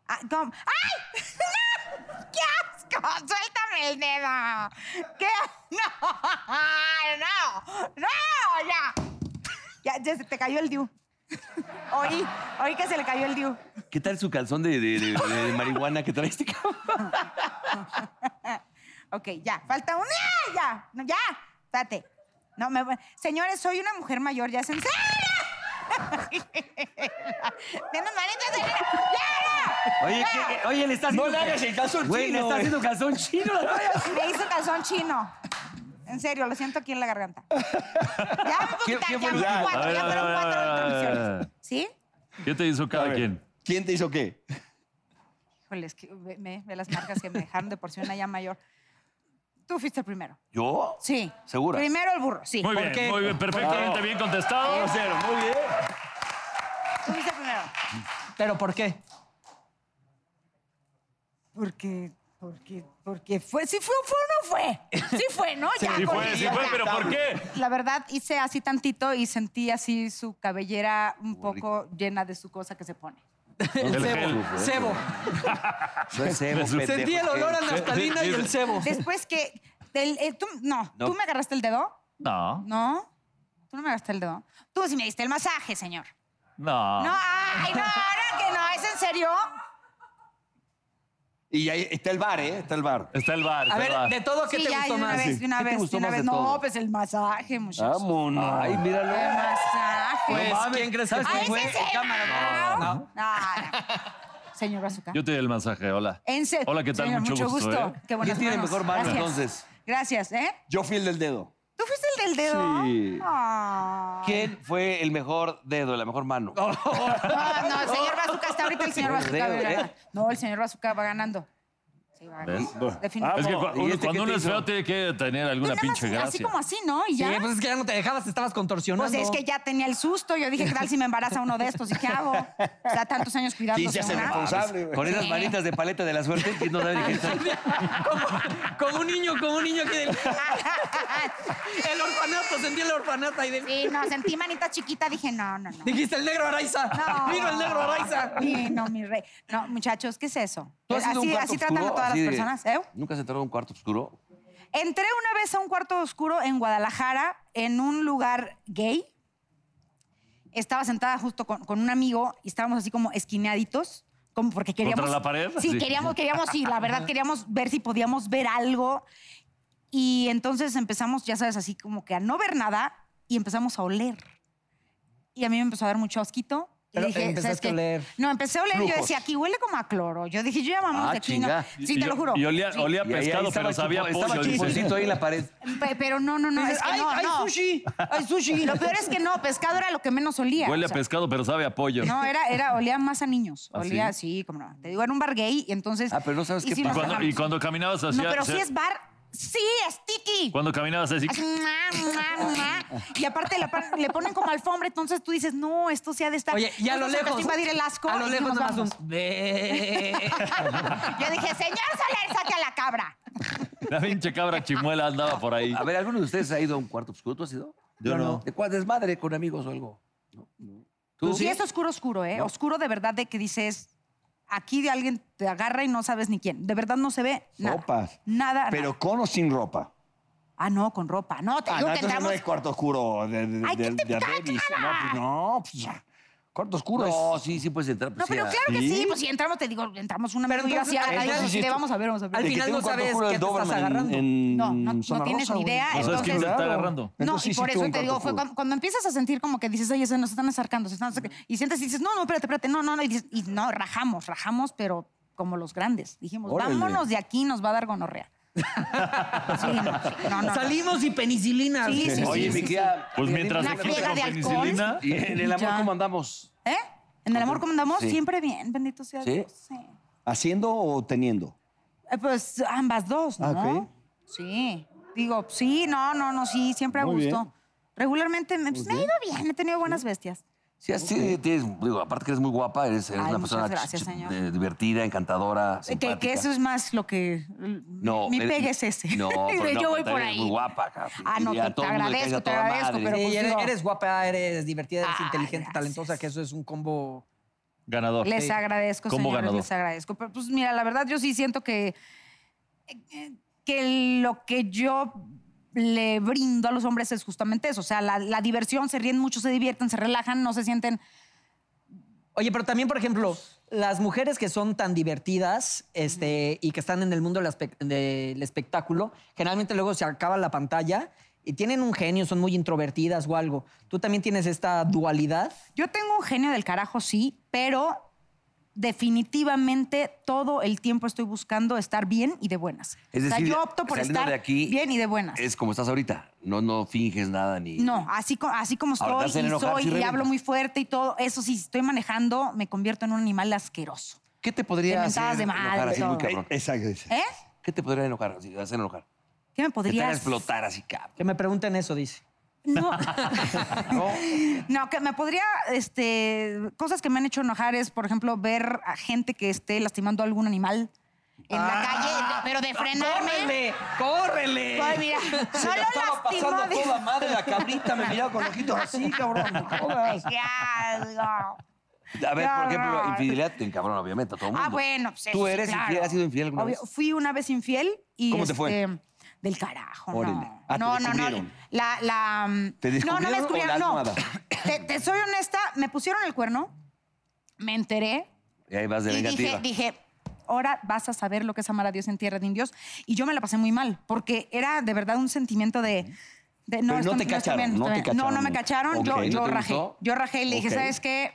Speaker 7: Ah, ¿cómo? ¡Ay! ¡No! ¡Qué asco! ¡Suéltame! el dedo. ¿Qué? No, no, no, ya. Ya, ya se te cayó el diu. Oí, oí que se le cayó el diu.
Speaker 6: ¿Qué tal su calzón de, de- de- de marihuana que trae este cabrón?
Speaker 7: Ok, ya, falta una, ya, no, ya, date. No, me, voy- señores, soy una mujer mayor, ya es en serio. Tienes manitas, Elena, ya,
Speaker 6: Oye, ¿qué- qué- oye, le está haciendo.
Speaker 2: No Eh, le hagas el caso al
Speaker 6: Güey, le
Speaker 2: chino, eh.
Speaker 6: está
Speaker 2: güey.
Speaker 6: haciendo calzón chino.
Speaker 7: ya. Me hizo calzón chino. En serio, lo siento aquí en la garganta. Ya me puedo
Speaker 6: ¿Quién-
Speaker 7: quitar,
Speaker 6: quién
Speaker 7: ya
Speaker 6: fue el último?
Speaker 7: fueron cuatro,
Speaker 4: A
Speaker 7: ya
Speaker 4: ver,
Speaker 7: fueron
Speaker 4: a ver, a
Speaker 7: cuatro
Speaker 4: ver, a ver, a
Speaker 7: introducciones.
Speaker 4: ver.
Speaker 7: ¿Sí?
Speaker 4: ¿Qué te hizo cada quien?
Speaker 3: ¿Quién te hizo qué?
Speaker 7: Híjole, es que ve, me- ve las marcas que me dejaron de por sí una ya mayor. Tú fuiste el primero.
Speaker 6: ¿Yo?
Speaker 7: Sí.
Speaker 6: ¿Segura?
Speaker 7: Primero el burro, sí.
Speaker 4: Muy bien,
Speaker 2: qué?
Speaker 4: muy bien, perfectamente bien contestado.
Speaker 5: muy bien.
Speaker 7: Tú fuiste el primero.
Speaker 2: ¿Pero por qué?
Speaker 7: Porque, porque, porque fue, si fue, fue o no fue. Sí fue, ¿no? Ya,
Speaker 4: Sí
Speaker 7: con-
Speaker 4: fue, sí
Speaker 7: ya,
Speaker 4: fue,
Speaker 7: ya.
Speaker 4: pero ¿por qué?
Speaker 7: La verdad, hice así tantito y sentí así su cabellera un poco llena de su cosa que se pone.
Speaker 2: El
Speaker 4: gel.
Speaker 2: cebo. eh. Cebo.
Speaker 6: No es cebo, pendejo,
Speaker 2: Sentí el olor a
Speaker 6: ¿qué?
Speaker 2: naftalina y el cebo.
Speaker 7: Después que, del- eh, tú, no,
Speaker 6: No.
Speaker 7: ¿tú me agarraste el dedo?
Speaker 4: No,
Speaker 7: No, tú no me agarraste el dedo. Tú sí me diste el masaje, señor.
Speaker 4: no.
Speaker 7: No, ay, no, ahora que no, ¿es en serio?
Speaker 3: Y ahí está el bar, ¿eh? Está el bar.
Speaker 4: Está el bar,
Speaker 2: A
Speaker 4: está el
Speaker 2: ver,
Speaker 4: bar.
Speaker 2: de todo, ¿qué
Speaker 7: sí,
Speaker 2: te
Speaker 7: ya,
Speaker 2: gustó
Speaker 7: de una
Speaker 2: más?
Speaker 7: vez, de una
Speaker 6: ¿Qué te
Speaker 7: vez, de
Speaker 6: gustó
Speaker 7: una
Speaker 6: más
Speaker 7: vez.
Speaker 6: de
Speaker 7: No,
Speaker 6: todo? Ah.
Speaker 7: pues el masaje, muchachos.
Speaker 6: Vámonos. Ay,
Speaker 7: El
Speaker 6: míralo.
Speaker 7: masaje.
Speaker 2: Pues, ¿quién crees que
Speaker 7: Ay,
Speaker 2: fue?
Speaker 7: ¿es en serio?
Speaker 2: Cámara, no, no.
Speaker 7: no. Señor Bazooka.
Speaker 4: Yo te di el masaje, hola.
Speaker 7: En serio.
Speaker 4: Hola, ¿qué tal?
Speaker 7: Señor,
Speaker 4: mucho, gusto. ¿eh?
Speaker 7: Qué buenas
Speaker 6: ¿Quién tiene
Speaker 7: manos.
Speaker 6: mejor mano,
Speaker 7: Gracias.
Speaker 6: entonces?
Speaker 7: Gracias, ¿eh?
Speaker 3: Yo fui el del dedo.
Speaker 7: ¿Tú fuiste el del dedo?
Speaker 3: Sí.
Speaker 7: Ah.
Speaker 6: ¿Quién fue el mejor dedo, la mejor mano?
Speaker 7: Oh, No, no, el señor Bazooka está ahorita el señor
Speaker 6: El
Speaker 7: Bazooka.
Speaker 6: dedo,
Speaker 7: va
Speaker 6: ¿eh?
Speaker 7: ganando. No, el señor Bazooka va ganando. Sí, va ganando. Definitivamente.
Speaker 4: Es que
Speaker 6: ¿Y
Speaker 4: cua- uno-
Speaker 6: este qué
Speaker 4: cuando
Speaker 6: te
Speaker 4: uno es
Speaker 6: hizo?
Speaker 4: feo tiene que tener alguna
Speaker 7: Tú nada más
Speaker 4: pinche gracia.
Speaker 7: Así como así, ¿no? Y
Speaker 2: Sí,
Speaker 7: ya.
Speaker 2: pues es que ya no te dejabas, te estabas contorsionando.
Speaker 7: Pues es que ya tenía el susto. Yo dije, ¿qué tal si me embaraza uno de estos? ¿Y qué hago? O sea, tantos años cuidándose.
Speaker 3: se hace
Speaker 7: ¿no?
Speaker 3: responsable, güey.
Speaker 6: Con esas
Speaker 7: Sí.
Speaker 6: manitas de paleta de la suerte, ¿quién no sabe de qué está?
Speaker 2: Como un niño, como un niño que del... El orfanato, sentí el orfanato ahí del...
Speaker 7: Sí, no, sentí manita chiquita. Dije, no, no, no.
Speaker 2: Dijiste el negro Araiza.
Speaker 7: No.
Speaker 2: Vino el negro Araiza.
Speaker 7: Sí, no, mi rey. No, muchachos, ¿qué es eso?
Speaker 6: ¿Tú has ido a un
Speaker 7: Así,
Speaker 6: cuarto
Speaker 7: así tratan a
Speaker 6: oscuro,
Speaker 7: todas
Speaker 6: así
Speaker 7: las
Speaker 6: de-
Speaker 7: personas. ¿eh?
Speaker 6: ¿Nunca se entró a un cuarto oscuro?
Speaker 7: Entré una vez a un cuarto oscuro en Guadalajara, en un lugar gay. Estaba sentada justo con, con un amigo y estábamos así como esquineaditos, como porque queríamos...
Speaker 4: ¿Contra la pared?
Speaker 7: Sí,
Speaker 4: Sí.
Speaker 7: queríamos, queríamos, sí, la verdad queríamos ver si podíamos ver algo. Y entonces empezamos, ya sabes, así como que a no ver nada y empezamos a oler. Y a mí me empezó a dar mucho asquito. Y
Speaker 2: Pero
Speaker 7: dije, ¿sabes
Speaker 2: empezaste a
Speaker 7: qué?
Speaker 2: oler
Speaker 7: No, empecé a oler y yo
Speaker 3: Flujos.
Speaker 7: decía, aquí huele como a cloro. Yo dije, yo ya vamos
Speaker 6: Ah,
Speaker 7: de aquí. ¿no?
Speaker 6: chinga.
Speaker 7: Sí, te
Speaker 4: Y-
Speaker 7: lo
Speaker 4: y-
Speaker 7: juro.
Speaker 4: Y olía,
Speaker 7: Sí.
Speaker 4: olía a pescado, pero sabía
Speaker 6: chupo-
Speaker 4: pollo.
Speaker 6: Estaba
Speaker 4: dice.
Speaker 6: chuponcito ahí en la pared.
Speaker 7: Pe- Pero no, no, no,
Speaker 2: Dices,
Speaker 7: es que
Speaker 2: ¡Ay,
Speaker 7: no,
Speaker 2: ay,
Speaker 7: no.
Speaker 2: sushi! ¡Ay, sushi!
Speaker 7: Lo peor es que no, pescado era lo que menos olía.
Speaker 4: Huele
Speaker 7: o
Speaker 4: a
Speaker 7: sea,
Speaker 4: pescado, pero sabe a pollo.
Speaker 7: No, era, era, olía más a niños.
Speaker 4: ¿Ah,
Speaker 7: Olía,
Speaker 4: sí?
Speaker 7: sí, como no. Te digo, era un bar gay y entonces.
Speaker 6: Ah, pero no sabes
Speaker 7: y
Speaker 6: qué
Speaker 7: sí
Speaker 4: y,
Speaker 7: nos
Speaker 4: cuando, y
Speaker 7: dejamos.
Speaker 4: cuando caminabas
Speaker 7: No,
Speaker 4: hacia...
Speaker 7: pero si
Speaker 4: hacia-
Speaker 7: es bar, sí, es tiki.
Speaker 4: Cuando caminabas así...
Speaker 7: Así, mua, mua, mua. Y aparte le, pon- le ponen como alfombra, entonces tú dices, no, esto se ha de estar.
Speaker 2: Oye, y a lo
Speaker 7: Entonces
Speaker 2: lejos.
Speaker 7: empezó a invadir el asco.
Speaker 2: A lo
Speaker 7: y
Speaker 2: lejos
Speaker 7: dijimos,
Speaker 2: nada más un.
Speaker 7: "Vamos". Yo dije, señor Soler, saque a la cabra.
Speaker 4: La pinche cabra chimuela andaba por ahí.
Speaker 6: A ver, ¿alguno de ustedes ha ido a un cuarto oscuro? ¿Tú has ido?
Speaker 3: Yo no.
Speaker 6: ¿De cuál desmadre con amigos o algo?
Speaker 7: Pues Sí, es oscuro, oscuro, ¿eh? Oscuro de verdad de que dices, aquí de alguien te agarra y no sabes ni quién. De verdad no se ve nada.
Speaker 3: Sopas.
Speaker 7: Nada.
Speaker 3: Pero
Speaker 7: nada.
Speaker 3: con o sin ropa.
Speaker 7: Ah, no, con ropa. No, te
Speaker 3: Ah,
Speaker 7: digo
Speaker 3: no,
Speaker 7: que
Speaker 3: entonces
Speaker 7: entramos.
Speaker 3: no es cuarto oscuro de, de,
Speaker 7: Ay, ¿qué
Speaker 3: de-
Speaker 7: te
Speaker 3: de
Speaker 7: pasa,
Speaker 3: Davis. No,
Speaker 7: Clara?
Speaker 3: pues no, pues ya. Cuarto oscuro oh,
Speaker 6: No,
Speaker 3: es.
Speaker 6: sí, sí puedes entrar. pues,
Speaker 7: No,
Speaker 6: sí,
Speaker 7: pero
Speaker 6: a-
Speaker 7: claro que sí, pues si entramos, te digo, entramos una
Speaker 2: Pero
Speaker 7: amigo y yo así
Speaker 2: entonces,
Speaker 7: a la
Speaker 2: al
Speaker 7: calle,
Speaker 2: final-
Speaker 7: así de, vamos a ver, vamos a
Speaker 2: al
Speaker 7: ver.
Speaker 3: El que
Speaker 2: final
Speaker 3: tiene
Speaker 2: no
Speaker 3: un cuarto
Speaker 2: sabes
Speaker 3: oscuro
Speaker 2: qué
Speaker 3: es
Speaker 2: te estás
Speaker 3: Doberman en-
Speaker 2: agarrando.
Speaker 3: en
Speaker 7: No, no- no
Speaker 3: Zona
Speaker 7: tienes
Speaker 3: Rosa,
Speaker 7: ni
Speaker 3: güey.
Speaker 7: idea,
Speaker 4: No sabes quién te está
Speaker 3: Claro.
Speaker 4: agarrando.
Speaker 7: No,
Speaker 3: Entonces sí,
Speaker 7: y
Speaker 3: sí
Speaker 7: por
Speaker 3: tuvo
Speaker 7: eso
Speaker 3: un
Speaker 7: te digo,
Speaker 3: cuarto
Speaker 7: fue
Speaker 3: oscuro.
Speaker 7: cuando, cuando empiezas a sentir como que dices, oye, se nos están acercando, se están acercando. Y sientes y dices, no, no, espérate, espérate, no, no, no. Y, dices, y no, rajamos, rajamos, pero como los grandes. Dijimos,
Speaker 3: Órale.
Speaker 7: vámonos de aquí, nos va a dar gonorrea. Sí, no, sí, no, no, no.
Speaker 2: Salimos y penicilina.
Speaker 7: Sí, sí,
Speaker 6: Oye,
Speaker 7: sí,
Speaker 6: mi
Speaker 7: sí,
Speaker 6: tía.
Speaker 4: Pues mientras
Speaker 7: Una
Speaker 4: te fuiste
Speaker 7: friega
Speaker 4: con
Speaker 7: de alcohol.
Speaker 4: penicilina...
Speaker 6: ¿Y en el amor
Speaker 7: Ya.
Speaker 6: cómo andamos?
Speaker 7: ¿Eh? En el amor como andamos,
Speaker 6: Sí.
Speaker 7: siempre bien, bendito sea
Speaker 6: ¿Sí?
Speaker 7: Dios. Sí.
Speaker 3: ¿Haciendo o teniendo?
Speaker 7: Eh, pues ambas dos, ¿no?
Speaker 3: Ah, ok.
Speaker 7: Sí. Digo, sí, no, no, no, sí, siempre a
Speaker 3: Muy
Speaker 7: gusto.
Speaker 3: bien.
Speaker 7: Regularmente me, pues, me ha ido bien, he tenido buenas bestias.
Speaker 6: Sí, así tienes, digo, aparte que eres muy guapa, eres, eres
Speaker 7: Ay,
Speaker 6: una
Speaker 7: muchas
Speaker 6: persona
Speaker 7: gracias,
Speaker 6: ch- ch-
Speaker 7: señor.
Speaker 6: de- divertida, encantadora,
Speaker 7: Eh, Que,
Speaker 6: simpática.
Speaker 7: que eso es más lo que...
Speaker 6: No,
Speaker 7: Mi
Speaker 6: eres-
Speaker 7: pegue es ese.
Speaker 6: No,
Speaker 7: Yo
Speaker 6: pero no,
Speaker 7: voy
Speaker 6: pero
Speaker 7: por
Speaker 6: eres
Speaker 7: ahí.
Speaker 6: Muy guapa, cabrón.
Speaker 7: Ah, no,
Speaker 6: Y a
Speaker 7: te- te
Speaker 6: todo mundo le
Speaker 7: agradezco,
Speaker 6: caes a
Speaker 7: te
Speaker 6: toda
Speaker 7: agradezco,
Speaker 6: madre.
Speaker 7: pero-
Speaker 2: Sí,
Speaker 7: pues,
Speaker 2: eres,
Speaker 7: digo-
Speaker 2: eres guapa, eres divertida, eres
Speaker 7: Ah,
Speaker 2: inteligente,
Speaker 7: gracias.
Speaker 2: talentosa, que eso es un combo.
Speaker 4: Ganador.
Speaker 7: Les agradezco,
Speaker 4: Como
Speaker 7: señores,
Speaker 4: ganador.
Speaker 7: les agradezco. Pero pues mira, la verdad yo sí siento que eh, eh, que lo que yo le brindo a los hombres es justamente eso. O sea, la, la diversión, se ríen mucho, se divierten, se relajan, no se sienten...
Speaker 2: Oye, pero también, por ejemplo, las mujeres que son tan divertidas este, y que están en el mundo del aspe- del espectáculo, generalmente luego se acaba la pantalla y tienen un genio, son muy introvertidas o algo. ¿Tú también tienes esta dualidad?
Speaker 7: Yo tengo un genio del carajo, sí, pero definitivamente todo el tiempo estoy buscando estar bien y de buenas.
Speaker 6: Es
Speaker 7: o sea,
Speaker 6: decir,
Speaker 7: yo opto por
Speaker 6: saliendo
Speaker 7: estar
Speaker 6: de aquí,
Speaker 7: bien y de buenas.
Speaker 6: Es como estás ahorita. No, no finges nada ni.
Speaker 7: No, así, co- así como
Speaker 6: Ahora te
Speaker 7: estoy
Speaker 6: hacen
Speaker 7: y
Speaker 6: enojar,
Speaker 7: soy
Speaker 6: sí,
Speaker 7: y
Speaker 6: revientas.
Speaker 7: hablo muy fuerte y todo, eso sí, si estoy manejando, me convierto en un animal asqueroso.
Speaker 6: ¿Qué te podría
Speaker 7: Te
Speaker 6: hacer
Speaker 7: mentadas de
Speaker 6: enojar
Speaker 7: madre,
Speaker 6: así muy
Speaker 7: todo.
Speaker 6: cabrón?
Speaker 3: Exacto.
Speaker 7: ¿Eh?
Speaker 6: ¿Qué te podría enojar? así, hacer enojar. Que te
Speaker 7: ¿Qué me
Speaker 6: haga
Speaker 7: podrías...?
Speaker 6: explotar así, cabrón.
Speaker 2: Que me pregunten eso, dice.
Speaker 7: No. no, que me podría, este, cosas que me han hecho enojar es, por ejemplo, ver a gente que esté lastimando a algún animal en la calle, pero de frenarme.
Speaker 2: Ah. ¡Córrele! ¡Córrele!
Speaker 7: Ay, mira, solo lastimó. de-
Speaker 3: madre la cabrita, me miraba con ojitos así, cabrón. no jodas.
Speaker 7: ¡Qué asco!
Speaker 6: A ver, por ejemplo,
Speaker 7: horror.
Speaker 6: infidelidad te encabrona, obviamente, a todo el mundo.
Speaker 7: Ah, bueno, pues
Speaker 6: ¿Tú
Speaker 7: eso sí,
Speaker 6: eres
Speaker 7: claro.
Speaker 6: infiel? ¿Has sido infiel alguna
Speaker 7: Obvio,
Speaker 6: vez?
Speaker 7: Fui una vez infiel y.
Speaker 3: ¿Cómo te fue?
Speaker 7: este, Del carajo,
Speaker 3: Órale.
Speaker 7: no.
Speaker 3: Ah, te
Speaker 7: no, no, no.
Speaker 3: descubrieron.
Speaker 7: La, la,
Speaker 3: ¿Te descubrieron
Speaker 7: no, no me
Speaker 3: o la
Speaker 7: descubrieron, no.
Speaker 3: almohada?
Speaker 7: Te, te soy honesta, me pusieron el cuerno, me enteré
Speaker 6: Y ahí vas de
Speaker 7: y dije,
Speaker 6: vengativa.
Speaker 7: dije, ahora vas a saber lo que es amar a Dios en tierra de indios. Y yo me la pasé muy mal, porque era de verdad un sentimiento de... de,
Speaker 3: Pero no te
Speaker 7: está
Speaker 3: cacharon,
Speaker 7: bien,
Speaker 3: no
Speaker 7: está
Speaker 3: te
Speaker 7: bien.
Speaker 3: cacharon
Speaker 7: No, no me
Speaker 3: nunca.
Speaker 7: cacharon,
Speaker 3: Ok,
Speaker 7: yo,
Speaker 3: ¿no
Speaker 7: yo
Speaker 6: te
Speaker 7: rajé.
Speaker 6: gustó?
Speaker 7: Yo rajé y le dije,
Speaker 3: Ok.
Speaker 7: ¿sabes qué?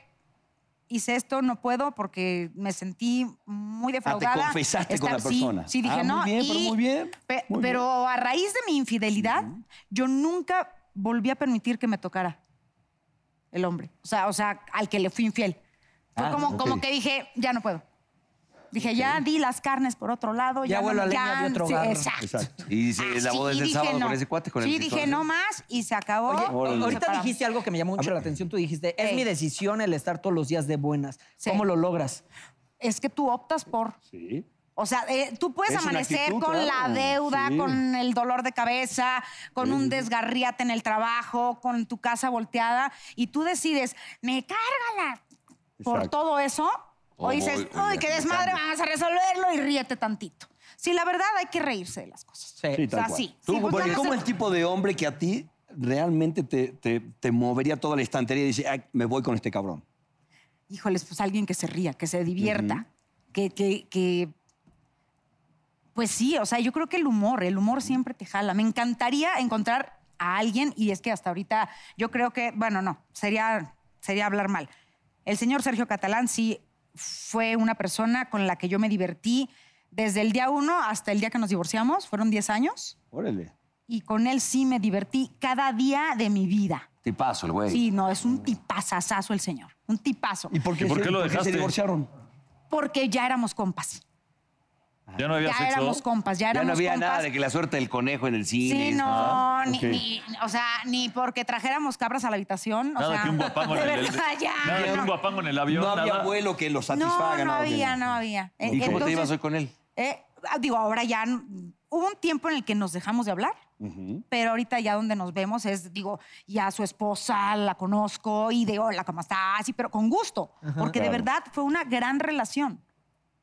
Speaker 7: Hice esto, no puedo, porque me sentí muy defraudada.
Speaker 3: Ah, confesaste con la
Speaker 7: sí,
Speaker 3: persona.
Speaker 7: Sí, dije,
Speaker 3: Ah, muy
Speaker 7: no.
Speaker 3: bien, pero
Speaker 7: y-
Speaker 3: muy bien,
Speaker 7: pe-
Speaker 3: muy bien.
Speaker 7: pero a raíz de mi infidelidad, yo nunca volví a permitir que me tocara el hombre. O sea, o sea, al que le fui infiel.
Speaker 2: Ah,
Speaker 7: Fue como, como que dije, ya no puedo. Dije, ya di las carnes por otro lado.
Speaker 2: Ya
Speaker 7: Ya,
Speaker 2: vuelo
Speaker 7: no,
Speaker 2: a leña de
Speaker 7: ya,
Speaker 2: otro
Speaker 7: sí,
Speaker 2: barro.
Speaker 7: Exacto.
Speaker 3: Exacto.
Speaker 6: Y se- la
Speaker 7: Así
Speaker 6: boda es el
Speaker 7: Ah, dije
Speaker 6: sábado
Speaker 7: no.
Speaker 6: con ese cuate, con el
Speaker 7: Sí,
Speaker 6: pistola.
Speaker 7: dije, no más, y se acabó.
Speaker 2: Oye,
Speaker 7: Nos
Speaker 2: ahorita
Speaker 7: separamos.
Speaker 2: dijiste algo que me llamó mucho la atención. Tú dijiste, es
Speaker 7: Ey.
Speaker 2: mi decisión el estar todos los días de buenas.
Speaker 7: Sí.
Speaker 2: ¿Cómo lo logras?
Speaker 7: Es que tú optas por...
Speaker 3: Sí.
Speaker 7: O sea, eh, tú puedes
Speaker 3: Es una
Speaker 7: amanecer
Speaker 3: actitud,
Speaker 7: con
Speaker 3: claro,
Speaker 7: la deuda,
Speaker 3: sí.
Speaker 7: con el dolor de cabeza, con un desgarriate en el trabajo, con tu casa volteada, y tú decides, me cárgala por
Speaker 3: Exacto.
Speaker 7: todo eso, o
Speaker 6: O
Speaker 7: dices,
Speaker 6: voy-
Speaker 7: uy, qué
Speaker 6: me
Speaker 7: desmadre,
Speaker 6: cambio".
Speaker 7: vamos a resolverlo y ríete tantito. Sí, la verdad hay que reírse de las cosas.
Speaker 3: Sí,
Speaker 7: O sea,
Speaker 3: tal cual.
Speaker 7: sí.
Speaker 3: Tú,
Speaker 7: Sí, pues,
Speaker 3: bueno, ¿y
Speaker 7: vamos
Speaker 3: cómo
Speaker 7: a-
Speaker 3: el tipo de hombre que a ti realmente te, te- te movería toda la estantería y dice, "Ay, me voy con este cabrón?
Speaker 7: híjoles, pues alguien que se ría, que se divierta, que, que, que- Pues sí, o sea, yo creo que el humor, el humor siempre te jala. Me encantaría encontrar a alguien, y es que hasta ahorita yo creo que, bueno, no, sería, sería hablar mal. El señor Sergio Catalán sí fue una persona con la que yo me divertí desde el día uno hasta el día que nos divorciamos, fueron 10 años,
Speaker 3: Órale.
Speaker 7: y con él sí me divertí cada día de mi vida.
Speaker 6: Te paso, el güey.
Speaker 7: Sí, no, es un tipazazazo el señor, un tipazo,
Speaker 3: ¿Y por qué,
Speaker 4: ¿Y por
Speaker 3: se,
Speaker 4: qué lo
Speaker 3: se
Speaker 4: dejaste?
Speaker 3: divorciaron?
Speaker 7: porque ya éramos compas.
Speaker 4: Ya no había
Speaker 7: ya
Speaker 4: sexo.
Speaker 7: éramos compas, ya
Speaker 6: Ya
Speaker 7: éramos
Speaker 6: no había
Speaker 7: compas.
Speaker 6: nada de que la suerte del conejo en el cine.
Speaker 7: Sí,
Speaker 6: eso,
Speaker 7: no, ni,
Speaker 3: Ok.
Speaker 7: ni- o sea, ni porque trajéramos cabras a la habitación. o
Speaker 4: Nada
Speaker 7: sea,
Speaker 4: que un guapango
Speaker 7: de
Speaker 4: en el,
Speaker 7: verdad, ya,
Speaker 4: nada que un
Speaker 7: no.
Speaker 4: guapango en el avión.
Speaker 3: No había
Speaker 4: nada.
Speaker 3: abuelo que lo
Speaker 7: No,
Speaker 3: satisfaga.
Speaker 7: no
Speaker 3: nada que-
Speaker 7: había, no había. Eh,
Speaker 6: ¿Y cómo te
Speaker 7: entonces,
Speaker 6: ibas hoy con él?
Speaker 7: eh, ah, digo, ahora ya n- hubo un tiempo en el que nos dejamos de hablar,
Speaker 3: Ujú.
Speaker 7: pero ahorita ya donde nos vemos es, digo, ya su esposa la conozco y de hola, ¿cómo estás? Y, pero con gusto, porque de
Speaker 3: Claro.
Speaker 7: verdad fue una gran relación.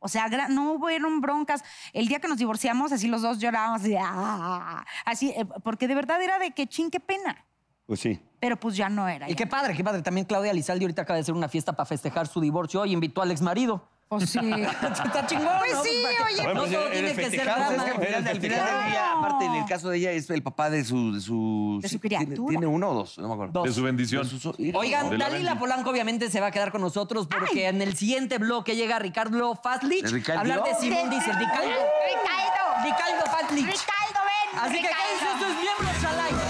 Speaker 7: O sea, gra- no hubieron broncas. El día que nos divorciamos, así los dos llorábamos, así, "Ah", así, eh, porque de verdad era de que ching, qué pena.
Speaker 3: Pues sí.
Speaker 7: Pero pues ya no era.
Speaker 2: Y
Speaker 7: ya.
Speaker 2: qué padre, qué padre. También Claudia Lizaldi ahorita acaba de hacer una fiesta para festejar su divorcio y invitó al exmarido.
Speaker 7: Pues sí.
Speaker 2: Está chingón,
Speaker 7: Pues
Speaker 2: ¿no?
Speaker 7: sí,
Speaker 2: Para que-
Speaker 7: oye,
Speaker 2: No
Speaker 7: pues
Speaker 2: todo
Speaker 7: eres
Speaker 2: tiene que ser
Speaker 3: festejado,
Speaker 2: drama.
Speaker 3: es que-
Speaker 6: Al final del
Speaker 7: Claro.
Speaker 6: día, aparte, en el caso de ella, es el papá de su. De su,
Speaker 7: De su
Speaker 6: sí, tiene-
Speaker 7: criatura.
Speaker 6: Tiene uno o dos, no me acuerdo.
Speaker 2: Dos.
Speaker 4: De su bendición.
Speaker 2: Oigan,
Speaker 4: De la
Speaker 2: Dalila
Speaker 4: Bendy.
Speaker 2: Polanco obviamente se va a quedar con nosotros porque en el siguiente bloque llega Ricardo Fazlich
Speaker 6: ¿De
Speaker 2: a
Speaker 6: Ricardo?
Speaker 2: hablar de Simón Dice, Ricardo.
Speaker 7: Ricardo.
Speaker 2: Ricardo Fazlich.
Speaker 7: Ricardo, ven.
Speaker 2: Así que quédense
Speaker 7: Ricardo.
Speaker 2: estos miembros al aire.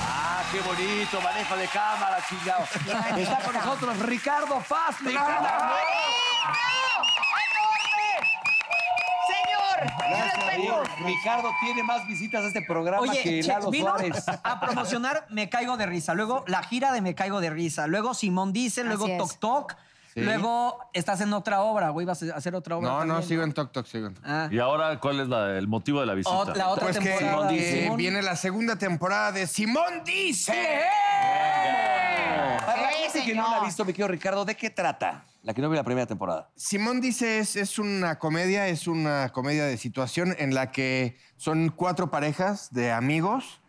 Speaker 6: Ah, qué bonito, manejo de cámara, chingado. Está con nosotros Ricardo Fastly. Ricardo tiene más visitas a este programa
Speaker 2: Oye,
Speaker 6: que
Speaker 2: che,
Speaker 6: Lalo
Speaker 2: vino
Speaker 6: Suárez.
Speaker 2: a promocionar Me Caigo de Risa, luego la gira de Me Caigo de Risa, luego Simón Dice, luego
Speaker 7: Así es.
Speaker 2: Toc Toc, Luego estás en otra obra, güey, vas a hacer otra obra.
Speaker 8: No, no,
Speaker 2: también,
Speaker 8: sigo en Tok Tok, sigo en Tok Tok.
Speaker 2: Ah.
Speaker 4: ¿Y ahora cuál es la- el motivo de la visita?
Speaker 2: O- la otra
Speaker 8: Pues que
Speaker 2: temporada.
Speaker 8: eh,
Speaker 2: de Simón.
Speaker 8: viene la segunda temporada de Simón Dice.
Speaker 1: Para la
Speaker 7: Sí,
Speaker 1: gente que no
Speaker 7: señor.
Speaker 1: la ha visto, mi querido Ricardo, ¿de qué trata? La que no vi la primera temporada.
Speaker 8: Simón Dice es, es una comedia, es una comedia de situación en la que son cuatro parejas de amigos.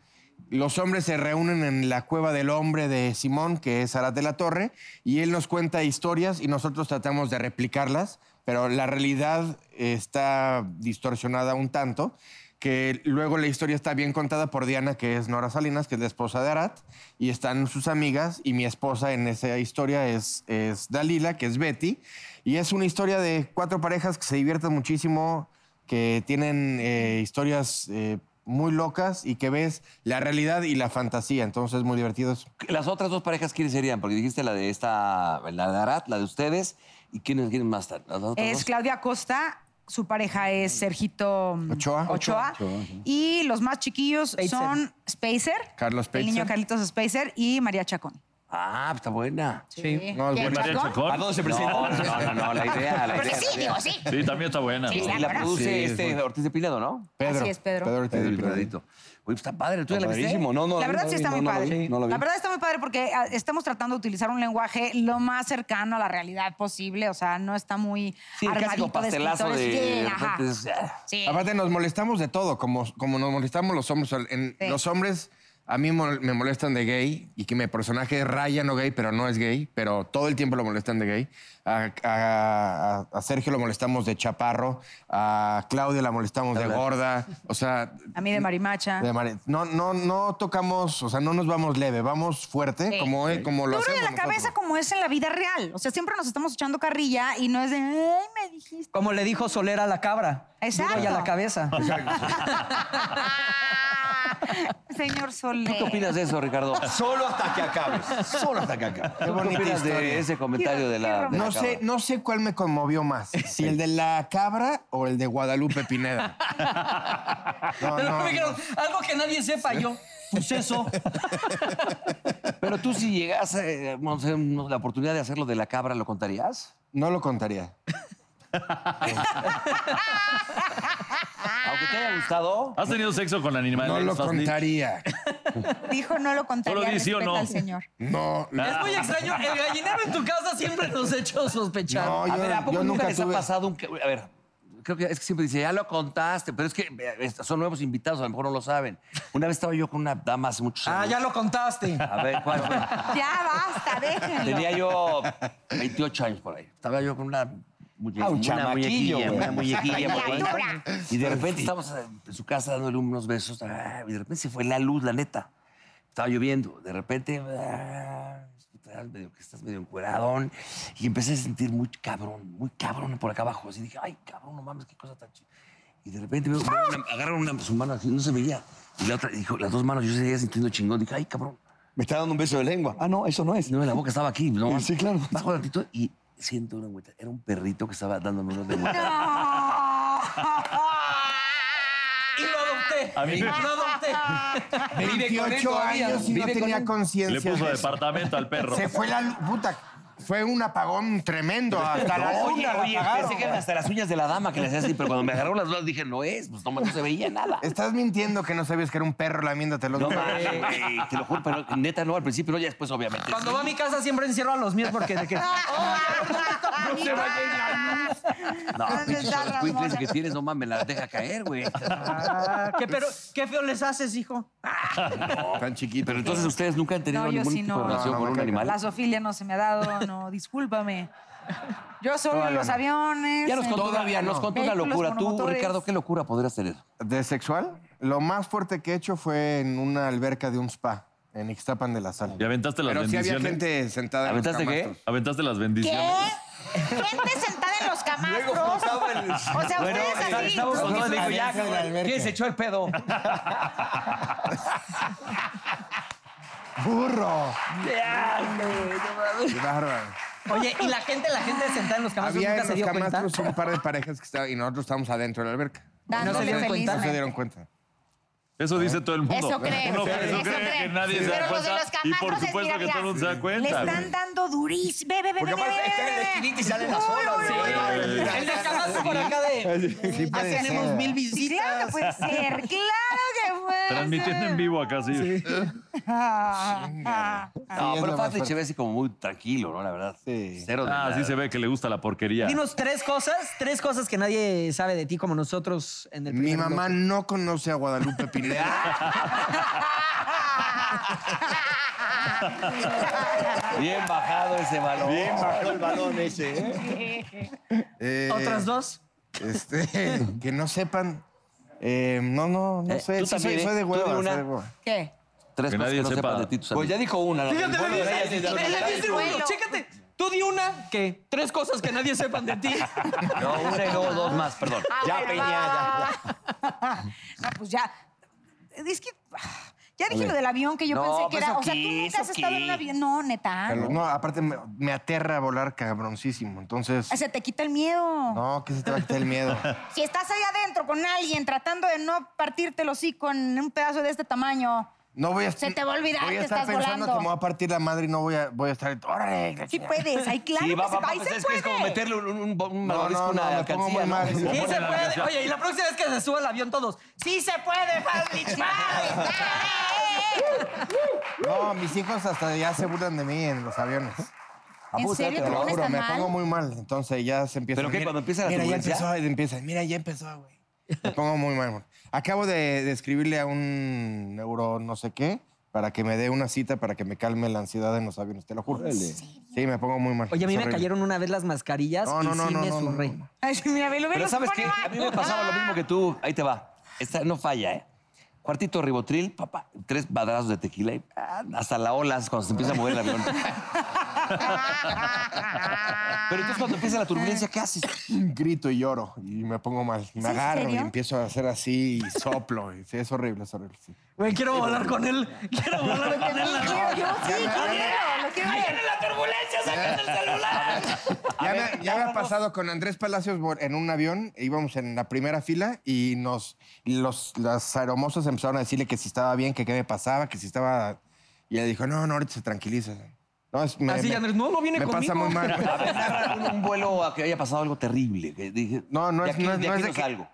Speaker 8: Los hombres se reúnen en la cueva del hombre de Simón, que es Arad de la Torre, y él nos cuenta historias y nosotros tratamos de replicarlas, pero la realidad está distorsionada un tanto, que luego la historia está bien contada por Diana, que es Nora Salinas, que es la esposa de Arad, y están sus amigas, y mi esposa en esa historia es, es Dalila, que es Betty, y es una historia de cuatro parejas que se divierten muchísimo, que tienen eh, historias eh, muy locas y que ves la realidad y la fantasía. Entonces, muy divertido eso.
Speaker 1: Las otras dos parejas, ¿quiénes serían? Porque dijiste la de esta, la de Arat, la de ustedes. ¿Y quiénes, quiénes más están? ¿Las otras
Speaker 7: Es
Speaker 1: dos?
Speaker 7: Claudia Costa, su pareja es Sergito mm,
Speaker 8: Ochoa.
Speaker 7: Ochoa, y los más chiquillos
Speaker 2: Spacer.
Speaker 7: son Spacer,
Speaker 8: Carlos
Speaker 7: el niño
Speaker 8: Pérez.
Speaker 7: Carlitos Spacer y María Chacón.
Speaker 1: Ah, está buena.
Speaker 2: Sí.
Speaker 8: No, es
Speaker 7: ¿Quién,
Speaker 8: buena.
Speaker 4: María Chacón.
Speaker 1: ¿A dónde se presenta? No, no, no, no, la idea, la idea.
Speaker 7: Sí, digo, sí.
Speaker 4: Sí, también está buena.
Speaker 7: Sí,
Speaker 1: Y la
Speaker 7: claro.
Speaker 1: produce
Speaker 3: Sí, es
Speaker 1: este Ortiz de Pinedo, ¿no?
Speaker 8: Pedro.
Speaker 7: Así es, Pedro.
Speaker 8: Ortiz de Pinedo.
Speaker 1: Oye, pues está padre. ¿Tú ya la viste?
Speaker 3: Padrísimo. No, no,
Speaker 7: La
Speaker 3: no,
Speaker 7: verdad
Speaker 3: no
Speaker 7: sí
Speaker 3: vi,
Speaker 7: está
Speaker 3: no,
Speaker 7: muy
Speaker 3: no la
Speaker 7: padre.
Speaker 3: vi,
Speaker 7: la,
Speaker 3: no la vi.
Speaker 7: verdad está muy padre porque ah, estamos tratando de utilizar un lenguaje lo más cercano a la realidad posible. O sea, no está muy
Speaker 1: Sí, el clásico
Speaker 7: armadito de
Speaker 1: pastelazo de...
Speaker 7: escritores. Sí,
Speaker 1: de
Speaker 7: ajá.
Speaker 1: repente es- ah.
Speaker 7: Sí.
Speaker 8: Aparte, nos molestamos de todo, como, como nos molestamos los hombres. En-
Speaker 7: Sí.
Speaker 8: Los hombres a mí mol- me molestan de gay y que mi personaje es Ryan o gay, pero no es gay, pero todo el tiempo lo molestan de gay. A, a- a- a Sergio lo molestamos de chaparro, a Claudia la molestamos de gorda. O sea,
Speaker 7: A mí de Marimacha.
Speaker 8: de mare- no, no, no tocamos, o sea, no nos vamos leve, vamos fuerte,
Speaker 7: Sí.
Speaker 8: como, como lo
Speaker 7: Duro de
Speaker 8: hacemos
Speaker 7: la cabeza
Speaker 8: nosotros.
Speaker 7: como es en la vida real. O sea, siempre nos estamos echando carrilla y no es de, ay, me dijiste.
Speaker 2: Como le dijo Soler a la cabra.
Speaker 7: Exacto.
Speaker 2: Duro y a la cabeza.
Speaker 7: Señor Soler.
Speaker 1: ¿Qué opinas de eso, Ricardo?
Speaker 9: Solo hasta que acabes. Solo hasta que acabes.
Speaker 8: Qué
Speaker 1: ¿Qué
Speaker 8: bonita
Speaker 1: opinas de
Speaker 8: historia.
Speaker 1: ese comentario de la... de la
Speaker 8: No sé,
Speaker 1: cámara?
Speaker 8: no sé cuál me conmovió más, si el de la cabra o el de Guadalupe Pineda. No,
Speaker 2: Pero
Speaker 8: no,
Speaker 2: me dijeron,
Speaker 8: no.
Speaker 2: algo que nadie sepa yo. Pues eso.
Speaker 1: Pero tú si llegas eh, no sé, no, la oportunidad de hacerlo de la cabra, ¿lo contarías?
Speaker 8: No lo contaría.
Speaker 1: Aunque te haya gustado.
Speaker 4: ¿Has tenido sexo con animales?
Speaker 8: No lo
Speaker 4: Fazlitch?
Speaker 8: contaría.
Speaker 7: Dijo, no lo contaría.
Speaker 4: Solo di sí o
Speaker 7: respeta
Speaker 4: no.
Speaker 7: al señor.
Speaker 8: No, no.
Speaker 2: Es muy extraño. El gallinero en tu casa siempre nos echó sospechar.
Speaker 8: No,
Speaker 1: a
Speaker 8: yo,
Speaker 1: ver, ¿a poco
Speaker 8: yo
Speaker 1: nunca,
Speaker 8: nunca
Speaker 1: les
Speaker 8: tuve.
Speaker 1: ha pasado un... ca- A ver, creo que es que siempre dice, ya lo contaste, pero es que eh, est- son nuevos invitados, a lo mejor no lo saben. Una vez estaba yo con una dama hace muchos años.
Speaker 2: Ah, ya lo contaste.
Speaker 1: A ver, ¿cuál fue?
Speaker 7: Ya basta, déjenlo.
Speaker 1: Tenía yo 28 años por ahí. Estaba yo con una, muñe-
Speaker 3: Ah, un
Speaker 1: una
Speaker 3: chamaquillo,
Speaker 1: muñequilla,
Speaker 3: güey.
Speaker 1: una muñequilla por ahí.
Speaker 7: Criatura.
Speaker 1: Y de repente estamos en su casa dándole unos besos. ah, Y de repente se fue la luz, la neta. Estaba lloviendo. De repente, ah, estás medio, que estás medio encueradón. Y empecé a sentir muy cabrón, muy cabrón por acá abajo. Así dije, ay, cabrón, no mames, qué cosa tan chida. Y de repente veo, veo una- agarra una, su mano así, no se veía. Y la otra, dijo, las dos manos, yo seguía sintiendo chingón. Dije, ay, cabrón.
Speaker 3: Me está dando un beso de lengua. Ah, no, eso no es.
Speaker 1: No, la boca estaba aquí. No,
Speaker 3: Sí, claro.
Speaker 1: Bajo tantito y siento una vuelta. Era un perrito que estaba dándome unos de vuelta.
Speaker 7: No.
Speaker 2: Y lo adopté.
Speaker 4: A mí me-
Speaker 2: Lo adopté.
Speaker 8: 28
Speaker 2: todavía,
Speaker 8: años y no
Speaker 2: vive con
Speaker 8: tenía
Speaker 2: él.
Speaker 8: conciencia.
Speaker 4: Le puso
Speaker 8: de eso.
Speaker 4: departamento al perro.
Speaker 8: Se fue la lu- puta. Fue un apagón tremendo. Hasta la
Speaker 1: Oye,
Speaker 8: luna la
Speaker 1: oye,
Speaker 8: apagaron,
Speaker 1: pensé que eran
Speaker 8: güey.
Speaker 1: hasta las uñas de la dama que le hacía así, pero cuando me agarró las dos dije, no es, pues no, no se veía nada.
Speaker 8: Estás mintiendo que no sabías que era un perro lamiéndote los
Speaker 1: No
Speaker 8: huevos.
Speaker 1: mames, güey, te lo juro, pero neta no, al principio no, ya después obviamente.
Speaker 2: Cuando
Speaker 1: sí.
Speaker 2: va a mi casa siempre encierro a los míos porque de que...
Speaker 7: No se vaya la luz.
Speaker 1: No,
Speaker 7: ¿Dónde
Speaker 1: pinches
Speaker 7: está la
Speaker 1: escuincles
Speaker 7: mona?
Speaker 1: que tienes, no mames, las deja caer, güey.
Speaker 2: Ah, ¿qué, pero, ¿Qué feo les haces, hijo?
Speaker 8: Tan chiquito.
Speaker 1: Pero entonces ustedes nunca han tenido
Speaker 7: No, yo
Speaker 1: ningún
Speaker 7: sí
Speaker 1: tipo
Speaker 7: no.
Speaker 1: de relación
Speaker 8: No, no,
Speaker 1: con
Speaker 8: no,
Speaker 1: un
Speaker 8: no,
Speaker 1: animal.
Speaker 7: La Sofía no se me ha dado, no, discúlpame. Yo solo
Speaker 8: Todavía
Speaker 7: los
Speaker 8: no.
Speaker 7: aviones.
Speaker 1: Ya nos contó,
Speaker 8: Todavía
Speaker 1: nos
Speaker 8: no.
Speaker 1: contó una
Speaker 7: Vehículos
Speaker 1: locura. Tú,
Speaker 7: monomotores.
Speaker 1: Ricardo, ¿qué locura podrías hacer eso?
Speaker 8: ¿De sexual? Lo más fuerte que he hecho fue en una alberca de un spa, en Ixtapan de la Sal.
Speaker 4: ¿Y aventaste las
Speaker 8: Pero sí había
Speaker 4: bendiciones?
Speaker 8: gente sentada. en los
Speaker 1: ¿Aventaste qué?
Speaker 8: camastros.
Speaker 4: ¿Aventaste las
Speaker 7: ¿Qué?
Speaker 4: bendiciones?
Speaker 7: Gente sentada en los camastros. O sea, ustedes así.
Speaker 2: Estamos con
Speaker 8: no,
Speaker 2: todo, digo, ya,
Speaker 8: de la alberca.
Speaker 2: ¿Quién se echó el pedo?
Speaker 8: ¡Burro! ¡Qué bárbaro!
Speaker 2: Oye, y la gente, la gente sentada en los camastros
Speaker 8: Había
Speaker 2: nunca
Speaker 8: en
Speaker 2: se
Speaker 8: los
Speaker 2: dio cuenta.
Speaker 8: camastros un par de parejas que estaban y nosotros estábamos adentro de la alberca.
Speaker 7: Dándole
Speaker 2: No se dieron cuenta.
Speaker 8: No se
Speaker 7: felizmente.
Speaker 8: dieron cuenta.
Speaker 4: Eso dice todo el mundo.
Speaker 7: Eso cree.
Speaker 4: Uno- eso
Speaker 7: eso
Speaker 4: cree que
Speaker 7: cree.
Speaker 4: nadie se da
Speaker 7: Pero lo de
Speaker 4: cuenta.
Speaker 7: los
Speaker 4: Y por
Speaker 7: camacos es,
Speaker 4: supuesto
Speaker 7: mira,
Speaker 4: que todo el mundo se
Speaker 7: mira,
Speaker 4: da cuenta.
Speaker 7: Le están
Speaker 4: güey.
Speaker 7: dando durísimo. Ve, ve, ve,
Speaker 3: Porque
Speaker 7: ve,
Speaker 3: aparte
Speaker 7: ve,
Speaker 3: está en
Speaker 7: ve,
Speaker 3: la
Speaker 7: ve.
Speaker 3: esquinita y salen las
Speaker 7: Uy,
Speaker 3: olas.
Speaker 7: uy, uy,
Speaker 3: güey.
Speaker 7: uy.
Speaker 2: El descamazo por acá de.
Speaker 8: Sí
Speaker 2: Ya
Speaker 8: puede
Speaker 2: tenemos
Speaker 8: ser.
Speaker 2: mil
Speaker 7: Sí,
Speaker 2: visitas.
Speaker 7: Claro que puede ser, claro que puede
Speaker 4: Transmitiendo
Speaker 7: ser.
Speaker 4: en vivo acá, sí.
Speaker 7: Ah, ah, ah.
Speaker 8: Sí,
Speaker 1: No,
Speaker 8: es
Speaker 1: pero
Speaker 8: lo más
Speaker 1: Faz
Speaker 8: fuerte.
Speaker 1: Echeverri como muy tranquilo, ¿no? La verdad.
Speaker 8: Sí.
Speaker 1: Cero de
Speaker 4: Ah,
Speaker 1: nada.
Speaker 4: sí se ve que le gusta la porquería.
Speaker 2: Dinos tres cosas, tres cosas que nadie sabe de ti como nosotros en el
Speaker 8: Mi
Speaker 2: primer
Speaker 8: mamá
Speaker 2: bloque.
Speaker 8: no conoce a Guadalupe Pineda.
Speaker 1: Bien bajado ese balón.
Speaker 3: Bien bajó el balón ese, ¿eh?
Speaker 8: Eh,
Speaker 2: Otras dos.
Speaker 8: Este, que no sepan. Eh, no, no, no
Speaker 1: Eh,
Speaker 8: sé.
Speaker 1: tú
Speaker 8: Sí,
Speaker 1: también,
Speaker 8: soy,
Speaker 1: ¿eh?
Speaker 8: soy de
Speaker 1: Tú
Speaker 8: hueva.
Speaker 1: di una.
Speaker 8: soy de hueva.
Speaker 7: ¿Qué?
Speaker 1: Tres
Speaker 4: Que
Speaker 1: cosas
Speaker 4: nadie
Speaker 1: que no
Speaker 4: sepa.
Speaker 1: sepan de ti, tus
Speaker 3: Pues ya
Speaker 1: amigos.
Speaker 3: dijo una. la del
Speaker 2: Fíjate,
Speaker 3: Gordo Reyes y
Speaker 2: le
Speaker 3: de los
Speaker 2: le
Speaker 3: Reyes.
Speaker 2: diste uno, chécate. Tú di una que tres cosas que nadie sepan de ti.
Speaker 1: No, una y luego dos más, perdón.
Speaker 7: Ah,
Speaker 3: Ya,
Speaker 7: bueno,
Speaker 3: Peña,
Speaker 7: va. No, pues ya. Es que. ah, Ya dije lo del avión que yo
Speaker 1: No,
Speaker 7: pensé que
Speaker 1: pues,
Speaker 7: era.
Speaker 1: ¿eso
Speaker 7: O sea, tú
Speaker 1: qué?
Speaker 7: nunca has
Speaker 1: ¿eso
Speaker 7: estado en un
Speaker 1: qué?
Speaker 7: avión. No, neta.
Speaker 8: Carlos, No, aparte me, me aterra a volar cabroncísimo. Entonces,
Speaker 7: Ah, Se te quita el miedo.
Speaker 8: no, que se te va a quitar el miedo.
Speaker 7: Si estás ahí adentro con alguien tratando de no partirte el hocico en un pedazo de este tamaño.
Speaker 8: No voy a
Speaker 7: Se te va a olvidar
Speaker 8: Voy a
Speaker 7: que
Speaker 8: estar
Speaker 7: estás
Speaker 8: pensando
Speaker 7: volando.
Speaker 8: que me va a partir la madre y no voy a, voy a estar. ¡Órale!
Speaker 7: Sí puedes, ahí claro
Speaker 1: Sí, va,
Speaker 7: que se,
Speaker 1: va, va,
Speaker 7: ahí
Speaker 1: pues
Speaker 7: se
Speaker 1: es que es como
Speaker 7: puede.
Speaker 1: meterle un, un, un, un
Speaker 8: No,
Speaker 1: malvavisco a
Speaker 8: no,
Speaker 1: una
Speaker 8: no, me pongo
Speaker 1: alcancía,
Speaker 8: muy
Speaker 1: ¿no? ¿Eh?
Speaker 8: mal.
Speaker 2: Sí
Speaker 1: Como-
Speaker 2: se puede. Oye, y la próxima vez que se suba al avión todos. Sí se puede, Fadlich.
Speaker 8: No, mis hijos hasta ya se burlan de mí en los aviones.
Speaker 7: ¿En
Speaker 1: Abúsate,
Speaker 7: serio
Speaker 1: te
Speaker 7: te
Speaker 8: Te
Speaker 1: lo
Speaker 8: lo
Speaker 7: pones
Speaker 8: juro,
Speaker 7: tan
Speaker 8: me
Speaker 7: mal?
Speaker 8: pongo muy mal. Entonces ya se empieza.
Speaker 1: ¿Pero qué,
Speaker 8: mira,
Speaker 1: cuando empieza la
Speaker 8: Mira, ya
Speaker 1: turbulencia?
Speaker 8: empezó, empieza. Mira, ya empezó, güey. Me pongo muy mal, amor. Acabo de, de escribirle a un neuro no sé qué para que me dé una cita para que me calme la ansiedad en los aviones, te lo juro. Sí, me pongo muy mal.
Speaker 2: Oye, a mí
Speaker 8: Es
Speaker 2: me
Speaker 8: horrible.
Speaker 2: cayeron una vez las mascarillas
Speaker 8: No, no,
Speaker 2: y
Speaker 8: no,
Speaker 2: sí
Speaker 8: no,
Speaker 2: me
Speaker 8: no, no,
Speaker 2: surré.
Speaker 8: no.
Speaker 7: Ay, sí, mira, velo,
Speaker 1: Pero
Speaker 7: velo. se
Speaker 1: ¿sabes
Speaker 7: pone
Speaker 1: qué?
Speaker 7: mal.
Speaker 1: A mí me pasaba lo mismo que tú. Ahí te va. Esta no falla, ¿eh? Cuartito de ribotril, papá, tres badrazos de tequila y ah, hasta la ola es cuando se empieza a mover el avión. Pero entonces cuando empieza la turbulencia, ¿qué haces?
Speaker 8: Grito y lloro y me pongo mal.
Speaker 7: ¿Sí,
Speaker 8: Me
Speaker 7: en
Speaker 8: agarro y
Speaker 7: serio?
Speaker 8: empiezo a hacer así y soplo. y sí, es horrible, es horrible. sí.
Speaker 2: Güey, quiero volar con él. Quiero volar con él.
Speaker 7: Yo, yo sí, quiero verlo, lo quiero ver.
Speaker 8: Ya, me, ya me ha pasado con Andrés Palacios Bor- en un avión, íbamos en la primera fila y nos los, las aeromosas empezaron a decirle que si estaba bien, que qué me pasaba, que si estaba... Y ella dijo, no, no, ahorita se tranquiliza. No, es- me,
Speaker 2: Así,
Speaker 8: me-
Speaker 2: Ah, Andrés, no, no viene
Speaker 8: me pasa
Speaker 2: conmigo.
Speaker 8: muy mal.
Speaker 1: A ver, narra un, un vuelo a que haya pasado algo terrible. Que dije,
Speaker 8: No, no
Speaker 1: de
Speaker 8: es,
Speaker 1: aquí-
Speaker 8: no es,
Speaker 1: de
Speaker 8: no
Speaker 1: aquí
Speaker 8: es de
Speaker 1: no
Speaker 8: que-
Speaker 1: salgo.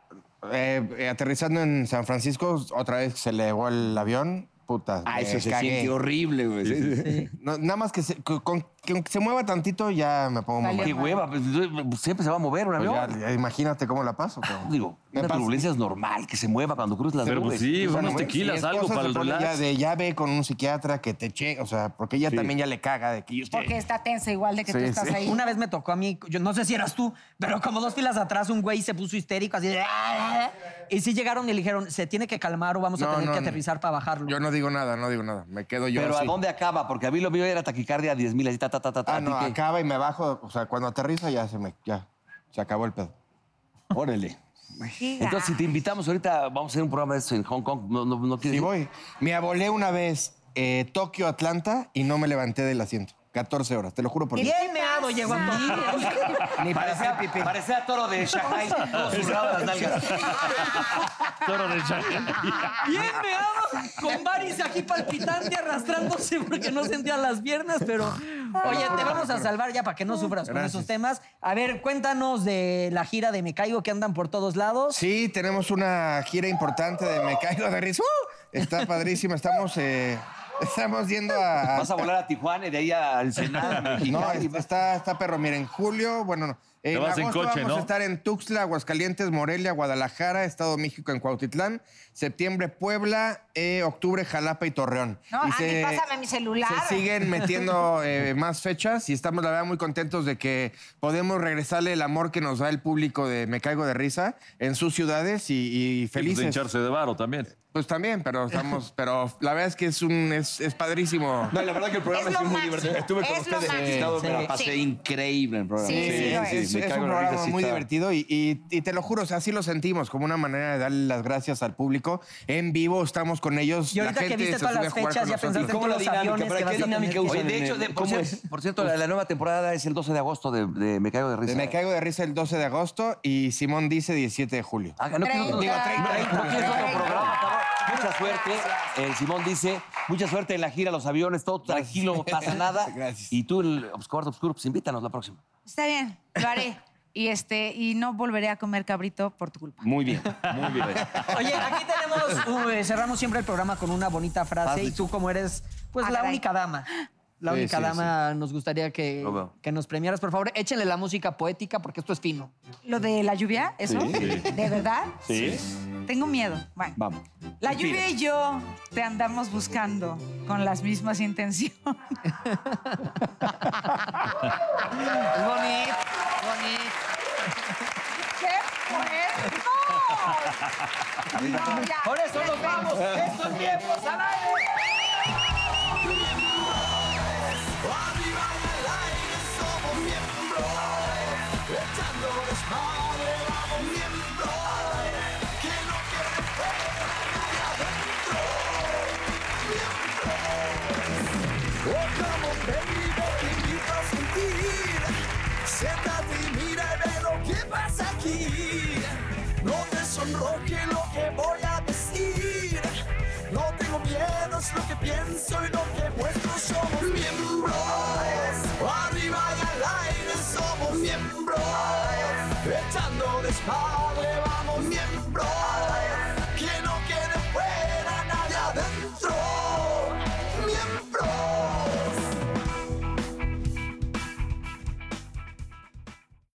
Speaker 8: Eh, eh, aterrizando en San Francisco, otra vez se le llevó el avión. Puta,
Speaker 3: Ah,
Speaker 8: me
Speaker 3: eso se
Speaker 8: cagué.
Speaker 3: siente horrible, güey.
Speaker 8: No, nada más que se, que- con- que se mueva tantito ya me pongo muy
Speaker 1: Qué
Speaker 8: mal.
Speaker 1: hueva, pues, siempre se va a mover un
Speaker 8: Pues
Speaker 1: avión.
Speaker 8: ya, ya imagínate cómo la paso. cabrón.
Speaker 1: Digo,
Speaker 8: Me
Speaker 1: una
Speaker 8: pasa.
Speaker 1: turbulencia es normal, que se mueva cuando cruzas las
Speaker 4: Pero
Speaker 1: nubes.
Speaker 4: pues sí,
Speaker 8: O sea,
Speaker 4: unos
Speaker 8: no,
Speaker 4: tequilas,
Speaker 8: si
Speaker 4: algo
Speaker 8: esposa
Speaker 4: para
Speaker 8: se
Speaker 4: el
Speaker 8: pone Ya
Speaker 4: relax.
Speaker 8: de llave con un psiquiatra que te che, o sea, porque ella también ya le caga de que yo
Speaker 7: Porque está tensa igual de que tú
Speaker 8: Sí,
Speaker 7: estás
Speaker 8: sí.
Speaker 7: ahí.
Speaker 2: Una vez me tocó a mí, yo no sé si eras tú, pero como dos filas atrás un güey se puso histérico así de... "Ah", Y sí llegaron y le dijeron, se tiene que calmar o vamos a
Speaker 8: No,
Speaker 2: tener
Speaker 8: no,
Speaker 2: que
Speaker 8: no.
Speaker 2: aterrizar para bajarlo.
Speaker 8: Yo no digo nada, no digo nada. Me quedo yo
Speaker 1: Pero ¿a
Speaker 8: así.
Speaker 1: dónde acaba? Porque a mí lo mío era taquicardia a 10.000, así ta, ta, ta, ta.
Speaker 8: Ah,
Speaker 1: ¿a ti
Speaker 8: no,
Speaker 1: qué?
Speaker 8: acaba y me bajo. O sea, cuando aterriza ya se me... Ya, se acabó el pedo.
Speaker 3: Órale.
Speaker 7: Diga.
Speaker 1: Entonces, si te invitamos ahorita, vamos a hacer un programa de eso en Hong Kong. No, no, no quieres
Speaker 8: Y
Speaker 1: ir?
Speaker 8: voy. Me abolé una vez eh, Tokio-Atlanta y no me levanté del asiento. 14 horas, te lo juro por
Speaker 7: ¿Qué
Speaker 8: mí.
Speaker 7: te
Speaker 2: Bien meado
Speaker 7: pasa?
Speaker 2: llegó a mí.
Speaker 8: Ni parecía pipí.
Speaker 1: Parecía toro de Shanghai, todo surrado las nalgas.
Speaker 4: Toro de Shanghai.
Speaker 2: Bien meado, con varis aquí palpitante, arrastrándose porque no sentía las piernas, pero... Oye, te vamos a salvar ya para que no sufras con esos temas. A ver, cuéntanos de la gira de Me Caigo que andan por todos lados.
Speaker 8: Sí, tenemos una gira importante de Me Caigo de Risa. ¡Uh! Está padrísima. Estamos, eh, estamos yendo
Speaker 7: Ah.
Speaker 8: a, a
Speaker 1: Vas a volar a Tijuana y de ahí a Ensenada,
Speaker 8: No,
Speaker 1: Mexicali.
Speaker 8: está, está perro. Mira, en julio, bueno, no. En
Speaker 4: vas en
Speaker 8: agosto
Speaker 4: coche,
Speaker 8: vamos
Speaker 4: ¿no?
Speaker 8: a estar en Tuxtla, Aguascalientes, Morelia, Guadalajara, Estado de México, en Cuautitlán. Septiembre, Puebla. eh, octubre, Jalapa y Torreón.
Speaker 7: No,
Speaker 8: Y
Speaker 7: a mí pásame mi celular.
Speaker 8: Se siguen metiendo eh, más fechas y estamos, la verdad, muy contentos de que podemos regresarle el amor que nos da el público de Me Caigo de Risa en sus ciudades y, y
Speaker 4: Feliz pues de
Speaker 8: felices.
Speaker 4: hincharse de varo también.
Speaker 8: pues también, pero estamos, pero la verdad es que es un, es, es padrísimo.
Speaker 3: No, la verdad que el programa
Speaker 7: Es
Speaker 3: es
Speaker 7: lo
Speaker 3: muy
Speaker 7: máximo.
Speaker 3: divertido. Estuve con
Speaker 7: Es lo
Speaker 3: ustedes
Speaker 7: máximo.
Speaker 3: invitados, me
Speaker 2: Sí.
Speaker 3: la pasé increíble en el programa.
Speaker 7: Sí, sí, lo es.
Speaker 8: es,
Speaker 3: ¿eh? me
Speaker 8: es
Speaker 3: cago en
Speaker 8: un
Speaker 3: la risa,
Speaker 8: programa
Speaker 3: sí
Speaker 8: muy
Speaker 3: está-
Speaker 8: divertido y, y- y te lo juro, o sea, así lo sentimos, como una manera de darle las gracias al público. En vivo estamos con ellos.
Speaker 2: Y ahorita
Speaker 8: la
Speaker 2: que
Speaker 8: gente
Speaker 2: viste
Speaker 8: se
Speaker 2: todas
Speaker 8: sube
Speaker 2: las
Speaker 8: a jugar
Speaker 2: fechas,
Speaker 8: con
Speaker 2: ya
Speaker 8: nosotros.
Speaker 2: pensaste en
Speaker 3: ¿Cómo
Speaker 2: todos
Speaker 3: la
Speaker 2: los
Speaker 3: dinámica?
Speaker 2: aviones que
Speaker 3: ¿Para qué
Speaker 2: vas a
Speaker 3: dinámica
Speaker 2: tener.
Speaker 3: usan?
Speaker 1: Oye, de hecho, de- por,
Speaker 3: ¿Cómo
Speaker 1: cierto,
Speaker 3: es?
Speaker 1: por cierto, la, la nueva temporada es el 12 de agosto de, de Me Caigo de Risa.
Speaker 8: De Me Caigo de Risa el 12 de agosto y Simón dice 17 de julio.
Speaker 1: Ah, no, quiero-
Speaker 7: Treinta.
Speaker 1: digo, treinta,
Speaker 7: Treinta.
Speaker 1: ¿por qué es otro programa, cabrón? Mucha suerte. Eh, Simón dice, mucha suerte en la gira, los aviones, todo tranquilo, no pasa nada.
Speaker 8: Gracias.
Speaker 1: Y tú, el Cuarto Obscuro, pues invítanos la próxima.
Speaker 7: Está bien, lo haré. Y, este, y no volveré a comer cabrito por tu culpa.
Speaker 5: Muy bien, muy bien.
Speaker 2: Oye, aquí tenemos, uh, cerramos siempre el programa con una bonita frase y tú como eres, pues
Speaker 7: Ah,
Speaker 2: la
Speaker 7: caray.
Speaker 2: única dama. La
Speaker 8: Sí,
Speaker 2: única
Speaker 8: sí,
Speaker 2: dama nos gustaría que,
Speaker 1: Lo veo.
Speaker 2: que nos premiaras. Por favor, échenle la música poética porque esto es fino.
Speaker 7: ¿Lo de la lluvia? ¿Eso? ¿De verdad?
Speaker 5: Sí.
Speaker 7: Tengo miedo. Bueno.
Speaker 5: Vamos.
Speaker 7: La lluvia y yo te andamos buscando con las mismas intenciones.
Speaker 2: Es bonito, bonito.
Speaker 7: ¡Qué fuerte! No, ya.
Speaker 2: Por eso nos vamos. Estos tiempos al aire.
Speaker 10: Siéntate y mira y ve lo que pasa aquí. No te sonroje lo que voy a decir. No tengo miedo, es lo que pienso y no